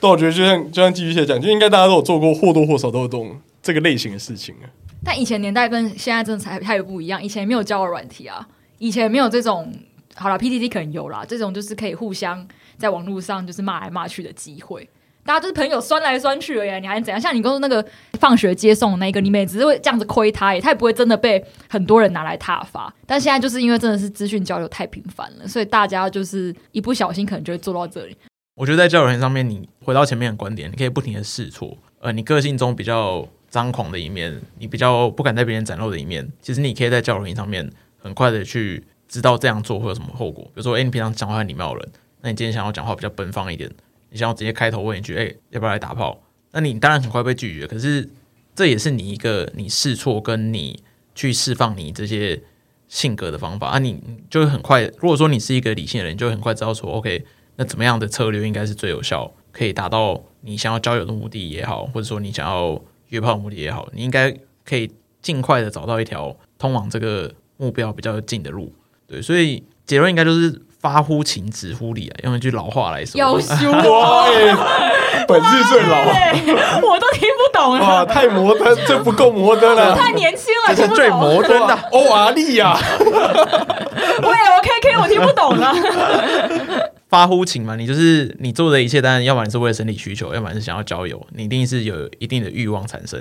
S2: 但我觉得就像就像寄居蟹讲，就应该大家都有做过，或多或少都有这种这个类型的事情
S3: [LAUGHS]
S2: 啊。
S3: 但以前年代跟现在真的才太不一样，以前没有交友软体啊，以前没有这种。好了，PTT 可能有啦，这种就是可以互相在网络上就是骂来骂去的机会，大家就是朋友酸来酸去而已啊，你还能怎样？像你刚说那个放学接送的那个，你们也只是会这样子亏他耶，也他也不会真的被很多人拿来挞伐。但现在就是因为真的是资讯交流太频繁了，所以大家就是一不小心可能就会做到这里。
S1: 我觉得在交友软件上面，你回到前面的观点，你可以不停的试错。呃，你个性中比较张狂的一面，你比较不敢在别人展露的一面，其实你可以在交友软件上面很快的去知道这样做会有什么后果。比如说，哎、你平常讲话很礼貌的人，那你今天想要讲话比较奔放一点，你想要直接开头问一句，哎、要不要来打炮？那你当然很快被拒绝。可是这也是你一个你试错跟你去释放你这些性格的方法啊，你你就会很快。如果说你是一个理性的人，你就会很快知道说，OK，那怎么样的策略应该是最有效，可以达到你想要交友的目的也好，或者说你想要约炮的目的也好，你应该可以尽快的找到一条通往这个目标比较近的路。对，所以结论应该就是发乎情，止乎礼啊，用一句老话来说，
S3: 要修
S2: 哇，哎本质最老。
S3: 对， [LAUGHS] 我都听不懂
S2: 哇，
S3: 了，
S2: 太摩登，这不够摩登了。
S3: 太年轻了，听不
S1: 最
S3: 懂。
S1: 摩登的，
S2: 欧瓦利亚，
S3: 我也 OKK，我听不
S2: [LAUGHS]
S3: 懂了。
S1: 发乎情嘛，你就是你做的一切，当然要不然是为了生理需求，要不然是想要交友，你一定是有一定的欲望产生，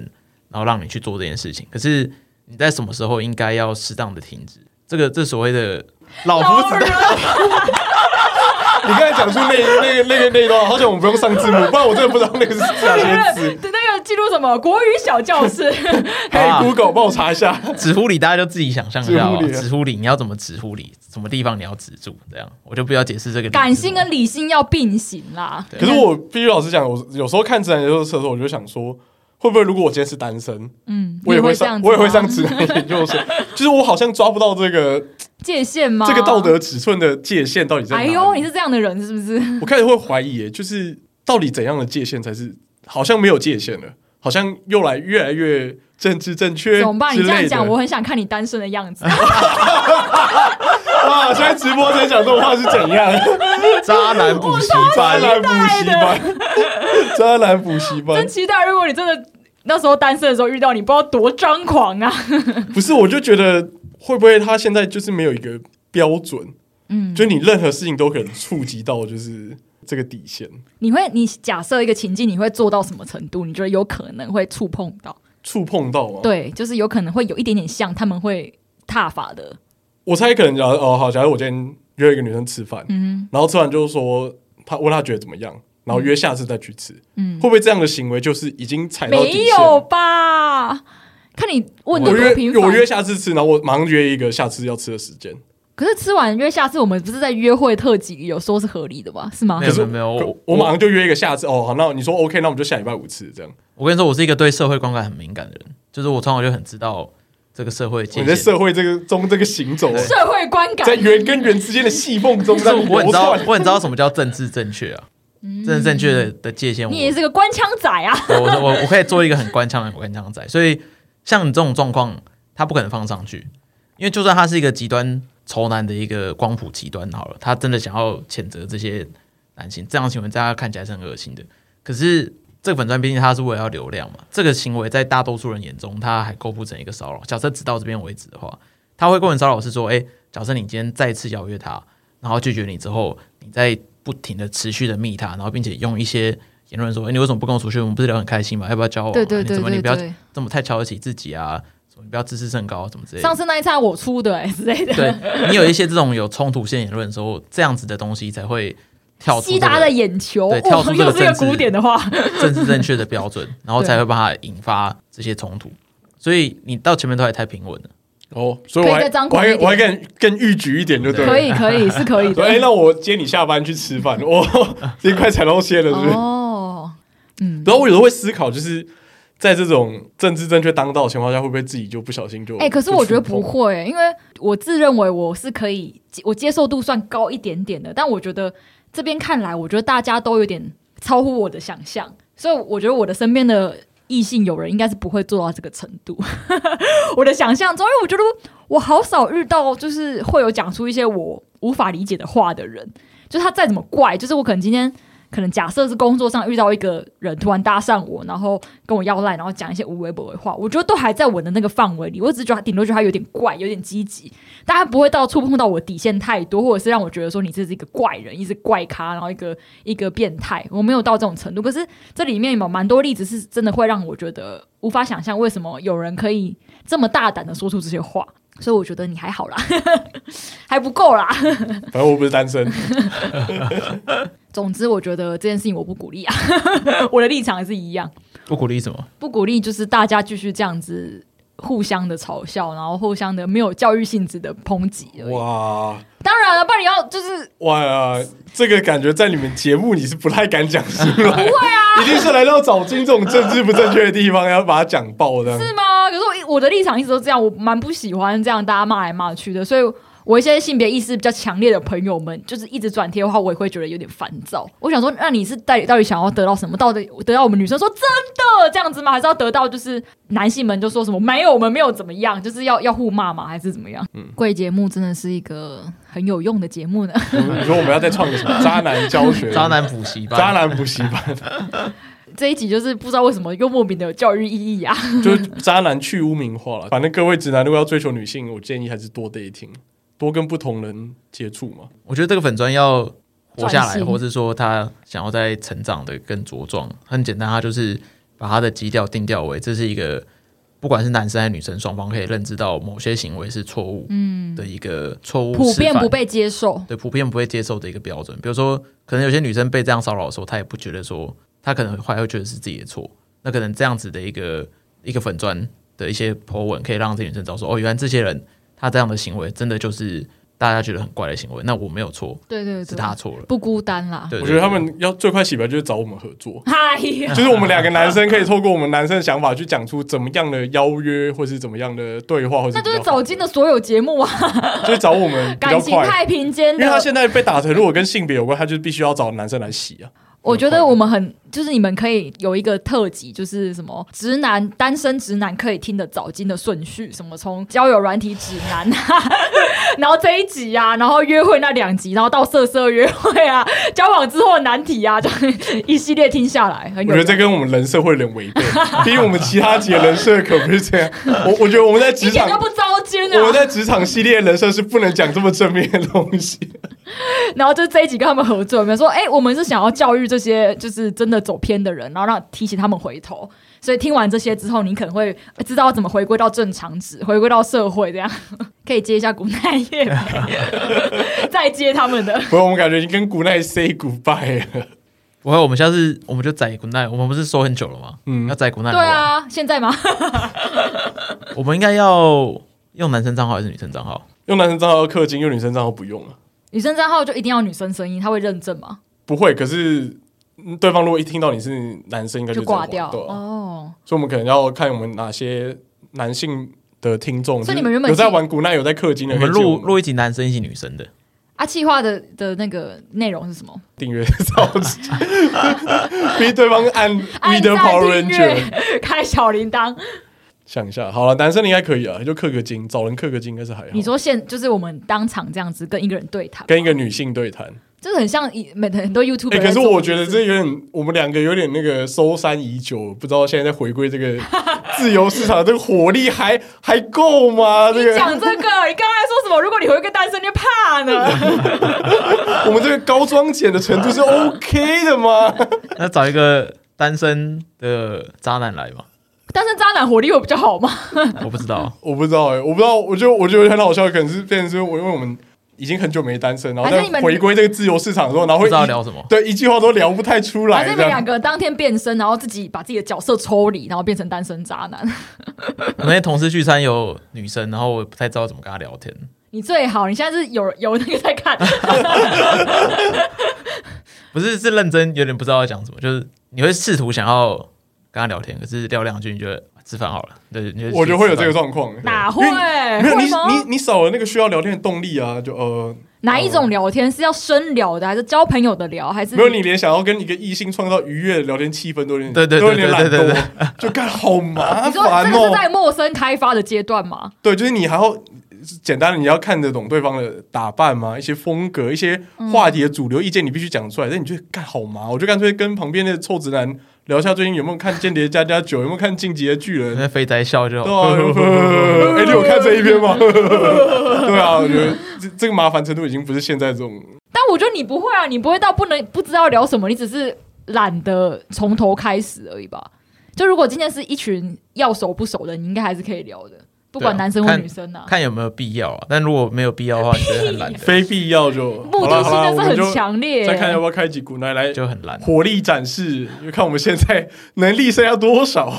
S1: 然后让你去做这件事情。可是你在什么时候应该要适当的停止？这个这 [LAUGHS] 所谓的老夫子，
S2: 你刚才讲出那那个那个那一段，好像我们不用上字幕，不然我真的不知道那个是哪 [LAUGHS] 些字。
S3: 对那个记录什么国语小教
S2: [LAUGHS]
S3: 室，
S2: 嘿
S1: 啊
S2: ，Google，帮我查一
S3: [LAUGHS]
S2: 下。
S1: 指呼你，大家就自己想象一下哦
S2: 指呼。你啊
S1: 指呼你，你要怎么指呼你？什么地方你要止住？这样我就不要解释这个
S3: 感性跟理性要并行啦。
S1: 对
S2: 可是我必须老实讲，我有时候看直男研究社的时候，我就想说，会不会如果我今天是单身，
S3: 嗯，
S2: 我也
S3: 你
S2: 会
S3: 会这
S2: 上
S3: 样，子
S2: 我也会
S3: 吗
S2: 上直男研究所。就是我好像抓不到这个
S3: 界限 [LAUGHS] 吗？
S2: 这个道。德尺寸的界限到底在哪
S3: 哎
S2: 里。
S3: 呦，你是这样的人是不是？
S2: 我开始会怀疑耶，就是到底怎样的界限才是好像没有界限了，好像又来越来越政治正确
S3: 怎么办？你
S2: 之
S3: 这样
S2: 类的。
S3: 讲，我很想看你单身的样子。
S2: 哇，现在直播间讲这种话是怎样？
S1: 渣男补习
S2: 渣
S1: 班，
S2: 男啊补习班，渣男补习班
S3: 真，期待，如果你真的那时候单身的时候遇到你，不知道多张狂啊！ [LAUGHS]
S2: 不是？我就觉得会不会他现在就是没有一个标准，
S3: 嗯，
S2: 就你任何事情都可能触及到，就是这个底线。
S3: 你会你假设一个情境，你会做到什么程度？你觉得有可能会触碰到？
S2: 触碰到
S1: 哦
S2: 啊吗？，
S3: 对，就是有可能会有一点点像他们会踏法的。
S2: 我猜可能假如哦好，假如我今天约一个女生吃饭，
S3: 嗯
S2: 然后吃完就是说他问他觉得怎么样，然后约下次再去吃，
S3: 嗯，
S2: 会不会这样的行为就是已经踩到底线？
S3: 没有吧？看你问的
S2: 我
S3: 多频
S2: 约
S3: 繁。
S2: 我约下次吃，然后我马上约一个下次要吃的时间。
S3: 可是吃完约下次，我们不是在约会特辑有说是合理的吗？是吗
S1: 没？有没有没有，哦我
S2: 我我马上就约一个下次哦，好，那你说 OK，那我们就下礼拜五吃这样。
S1: 我跟你说，我是一个对社会观感很敏感的人，就是我从小就很知道这个社会界
S2: 你在
S1: 限。
S2: 社会这个中这个行走，
S3: [LAUGHS]
S2: 啊
S3: 社会观感
S2: 在圆跟圆之间的细
S1: [LAUGHS]
S2: 缝中
S1: 就是
S2: 在
S1: 我很
S2: 流
S1: 知道，
S2: 窜。
S1: 我很知道什么叫政治正确啊，政治正确的的界限我，
S3: 嗯你也是个官腔仔啊！
S1: 我我我我可以做一个很官腔的官腔仔，所以像你这种状况，他不可能放上去，因为就算他是一个极端仇男的一个光谱极端好了，他真的想要谴责这些男性，这样的行为在他看起来是很恶心的。可是这个粉钻毕竟他是为了要流量嘛，这个行为在大多数人眼中，他还构不成一个骚扰。假设直到这边为止的话，他会构成骚扰是说，哎、假设你今天再次邀约他，然后拒绝你之后，你再不停的持续的密他，然后并且用一些。言论说：“哎、你为什么不跟我出去？我们不是聊得很开心吗？要不要交往啊、
S3: 对对
S1: 你
S3: 对
S1: 怎么你
S3: 对
S1: 不要
S3: 对，
S1: 这么太瞧得起自己啊，什么你不要自视甚高，什么之类
S3: 上
S1: 的。
S3: 次那一餐我出的哎之类的。
S1: 对你有一些这种有冲突性言论的时候，这样子的东西才会跳出
S3: 吸
S1: 这
S3: 大家
S1: [LAUGHS]
S3: 的
S1: 个
S3: 眼球，
S1: 对跳出
S3: 哇
S1: 这个
S3: 又是一
S1: 政
S3: 个
S1: 治
S3: 古典的话，
S1: 政治正确的标
S3: [LAUGHS]
S1: 准，然后才会把它引发这些冲突。所以你到前面都还太平稳了，
S2: 哦，所以
S3: 可以
S2: 我还
S3: 再张
S2: 我
S3: 狂
S2: 还
S3: 一点
S2: 我还更更欲举一点，就对了。
S3: 可以可以是可
S1: [LAUGHS]
S3: 以
S2: 说哎，
S3: 的。
S2: 那我接你下班去吃饭， [LAUGHS] 我这快踩到线了，是不是？
S3: 哦，嗯，
S2: 然后我有时候会思考，就是在这种政治正确当道的情况下，会不会自己就不小心就？
S3: 哎，可是我觉得不
S2: 就触碰。
S3: 会，因为我自认为我是可以，我接受度算高一点点的，但我觉得这边看来，我觉得大家都有点超乎我的想象，所以我觉得我的身边的。异性友人应该是不会做到这个程度， [LAUGHS] 我的想象中，因为我觉得我好少遇到就是会有讲出一些我无法理解的话的人，就是他再怎么怪，就是我可能今天可能假设是工作上遇到一个人突然搭讪我，然后跟我要赖，然后讲一些无微不微话，我觉得都还在我的那个范围里。我只是觉得他顶多觉得他有点怪，有点积极，但他不会到触碰到我底线太多，或者是让我觉得说你这是一个怪人，一直怪咖，然后一个一个变态，我没有到这种程度。可是这里面有蛮多例子是真的会让我觉得无法想象为什么有人可以这么大胆的说出这些话。 [LAUGHS] 所以我觉得你还好啦， [LAUGHS] 还不够啦。
S2: 反正我不是单
S3: [LAUGHS]
S2: 身，
S3: 总之，我觉得这件事情我不鼓励啊，我的立场还是一样，
S1: 不鼓励什么？
S3: 不鼓励就是大家继续这样子互相的嘲笑，然后互相的没有教育性质的抨击而已。
S2: 哇
S3: 当然了，不然你要就是
S2: 哇，这个感觉在你们节目你是不太敢讲出来，不会啊，一定是来到找金这种政治不正确的地方，要把它讲爆的。
S3: 是吗？可是我一我的立场一直都这样，我蛮不喜欢这样大家骂来骂去的，所以我一些性别意识比较强烈的朋友们，就是一直转贴的话，我也会觉得有点烦躁。我想说，那你是到底到底想要得到什么？到底得到我们女生说真的这样子吗？还是要得到就是男性们就 [LAUGHS] 说什么没有，我们没有怎么样，就是要要互骂吗？还是怎么样？嗯，贵节目真的是一个很有用的节目呢？
S2: 你说我们要再创一个什么渣男教学、
S1: 渣男补习班，
S2: 渣男补习班，
S3: 这一集就是不知道为什么又莫名的有教育意义啊！
S2: 就是渣男去污名化了。反正各位直男如果要追求女性，我建议还是多 dating，多跟不同人接触嘛。
S1: 我觉得这个粉砖要活下
S3: 转
S1: 来，
S3: 型
S1: 或是说他想要在成长的更茁壮，很简单，他就是把他的基调定调为这是一个不管是男生还是女生，双方可以认知到某些行为是错误
S3: 嗯，
S1: 的一个错误
S3: 普
S1: 示
S3: 遍
S1: 范
S3: 不被接受，
S1: 对普遍不会接受的一个标准。比如说，可能有些女生被这样骚扰的时候，她也不觉得说，她可能还会觉得是自己的错。那可能这样子的一个一个粉砖的一些 po 文，可以让这些女生知道说，哦，原来这些人他这样的行为真的就是大家觉得很怪的行为，那我没有错，
S3: 对对
S1: 是
S3: 对，
S1: 他错了。
S3: 不孤单啦。
S1: 对，
S2: 我觉得他们要最快洗白就是找我们合
S3: [LAUGHS]
S2: 作， [LAUGHS]
S3: 嗨，
S2: 就是我们两个男生可以透过我们男生的想法去讲出怎么样的邀约，或是怎么样的对话，或是
S3: 那就是
S2: 比较好
S3: 走进的所有节目啊，
S2: 就是找我们比较
S3: 感情
S2: 快。
S3: 太平间
S2: 因为他
S3: 的。
S2: 现在被打成，如果跟性别有关，他就必须要找男生来洗啊。
S3: 我觉得我们很，就是你们可以有一个特辑，就是什么直男单身直男可以听的早经的顺序，什么从交友软体指南啊， [LAUGHS] 然后这一集啊，然后约会那两集，然后到色色约会啊， [LAUGHS] 交往之后的难题啊，这样一系列听下来，很
S2: 我觉
S3: 有
S2: 得这跟我们人设会有点违背，毕竟我们其他几个人设可不是这样。我我觉得我们在
S3: 一
S2: 职
S3: 点都
S2: 场，
S3: 不糟心
S2: 我们
S3: 啊。
S2: 在职场系列人设是不能讲这么正面的东
S3: [LAUGHS]
S2: 西。
S3: 然后就这一集跟他们合作，有没有说，哎、我们是想要教育这些就是真的走偏的人，然后让提醒他们回头。所以听完这些之后，你可能会呃知道怎么回归到正常值，回归到社会，这样 [LAUGHS] 可以接一下古奈叶美再接他们的。
S2: 不过我们感觉已经跟古奈 say goodbye 了。
S1: 不会，我们下次我们就宰滚蛋，我们不是说很久了吗？
S2: 嗯
S1: 要宰滚蛋。
S3: 对，啊，现在吗？
S1: 我们应该要用男生账号还是女生账号？
S2: 用男生账号氪金，用女生账号不用了、
S3: 女生账号就一定要女生声音，她会认证吗？
S2: 不会。可是嗯对方如果一听到你是男生，应该
S3: 就
S2: 直接
S3: 挂掉
S2: 对啊
S3: 哦。
S2: 所以我们可能要看我们哪些男性的听众，
S3: 所以你们原本
S2: 有在
S3: 是
S2: 玩古奈，有在氪金的，
S1: 我们
S2: 可以借
S1: 录
S2: 们
S1: 录一集男生一集女生的，
S3: 啊，气化的的那个内容是什么？
S2: 订阅超级， [LAUGHS] 逼对方按 Reader
S3: 赞
S2: Power
S3: 订
S2: Ranger。
S3: 阅，开小铃铛。
S2: 想一下，好了，男生你应该可以啊，你就氪个金，找人氪个金应该是还好。
S3: 你说现就是我们当场这样子跟一个人对谈吗，
S2: 跟一个女性对谈，
S3: 这个很像以每很多 YouTube、
S2: 哎、可是我觉得这有点，我们两个有点那个收山已久，不知道现在在回归这个自由市场，这个火力还还够吗？这
S3: 你讲
S2: 个
S3: 这个，你
S2: [LAUGHS]
S3: 刚才说什么？如果你回归单身，你怕呢？ [LAUGHS]
S2: 我们这个高装检的程度是 OK 的吗？
S1: 那找一个单身的渣男来吧，
S3: 单身渣男火力会比较好吗？
S1: [LAUGHS] 我不知道。
S2: 我不知道哎、我不知道，我就我觉得很好笑，可能是变成是我因为我们已经很久没单身，然后
S3: 还
S2: 再
S3: 是你们
S2: 回归这个自由市场之后，然后
S1: 不
S2: 会
S1: 知道
S2: 一
S1: 聊什么。
S2: 对一句话都聊不太出
S3: 还
S2: 来
S3: 是你
S2: 这
S3: 们两
S2: 样。
S3: 个当天变身，然后自己把自己的角色抽离，然后变成单身渣男？ [LAUGHS]
S1: 我那天同事聚餐有女生，然后我不太知道怎么跟她聊天。
S3: 你最好，你现在是有有那个在看，
S1: 不是是认真，有点不知道要讲什么，就是你会试图想要跟她聊天，可是聊两句你觉得啊吃饭好了，对，你
S2: 我觉得会有这个
S1: 状
S2: 状况、欸，
S3: 哪会？
S2: 没有你
S3: 会吗？
S2: 你你少了那个需要聊天的动力啊，就呃
S3: 哪一种聊天是要深聊的，还是交朋友的聊，还是
S2: 没有，你连想要跟一个异性创造愉悦的聊天气氛都有点，
S1: 对对对
S2: 都有点懒
S1: 对对对
S2: 惰，就干好麻
S3: [LAUGHS] 你说这
S2: 烦
S3: 个是
S2: 哦。
S3: 在陌生开发的阶段吗？
S2: 对，就是你还要简单的，你要看得懂对方的打扮嘛，一些风格、一些话题的主流意见，你必须讲出来。但你觉得干好麻，我就干脆跟旁边的臭直男聊一下最近有没有看《间谍加加九》，有没有看《进击的巨人》
S1: 况，那肥宅笑就
S2: 对啊，哎、你有看
S1: [LAUGHS]
S2: 这一篇吗？ [LAUGHS] 对啊，我觉得这这个麻烦程度已经不是现在这种
S3: 但我觉得你不会啊，你不会到不能不知道聊什么，你只是懒得从头开始而已吧？就如果今天是一群要熟不熟的，你应该还是可以聊的，不管
S1: 对啊
S3: 男生或
S1: 看
S3: 女生啊。
S1: 看有没有必要啊。但如果没有必要的话，你觉得很懒的，
S2: 非必要就
S3: 目
S2: 好
S3: 的性
S2: 啦好啦
S3: 真
S2: 我
S3: 是
S2: 们就
S3: 很强烈、
S2: 再看要不要开几股奶来
S1: 就很懒。啊
S2: 火力展示，就看我们现在能力剩下多少，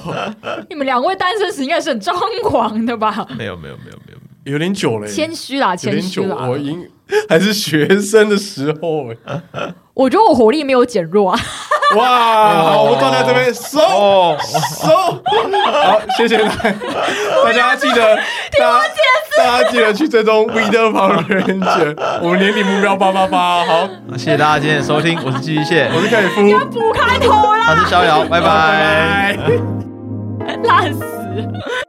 S3: 你们两位单身时应该是很张狂的吧？
S1: 没有没有没有没有，
S2: [LAUGHS] 有点久了耶，
S3: [LAUGHS] 谦虚啦，
S2: 有
S3: 谦
S2: 点
S3: 虚
S2: 久，
S3: 啦。
S2: 我已经 [LAUGHS] 还是学生的时候 [LAUGHS] 耶，
S3: 我觉得我火力没有减弱啊， [LAUGHS]
S2: 哇，好，啊我放在这边收
S1: 哦，
S2: 收，好，谢谢大家，大家记
S3: [LAUGHS]
S2: 得，大家大家记得去追踪 We 的旁人节， [LAUGHS] 我们年底目标八八八，好，
S1: 那谢谢大家今天的收听，我是寄居蟹，
S2: 我是凯夫，
S3: 补开头啦，
S1: 我是逍遥，拜
S2: 拜拜。
S3: [LAUGHS] 烂死。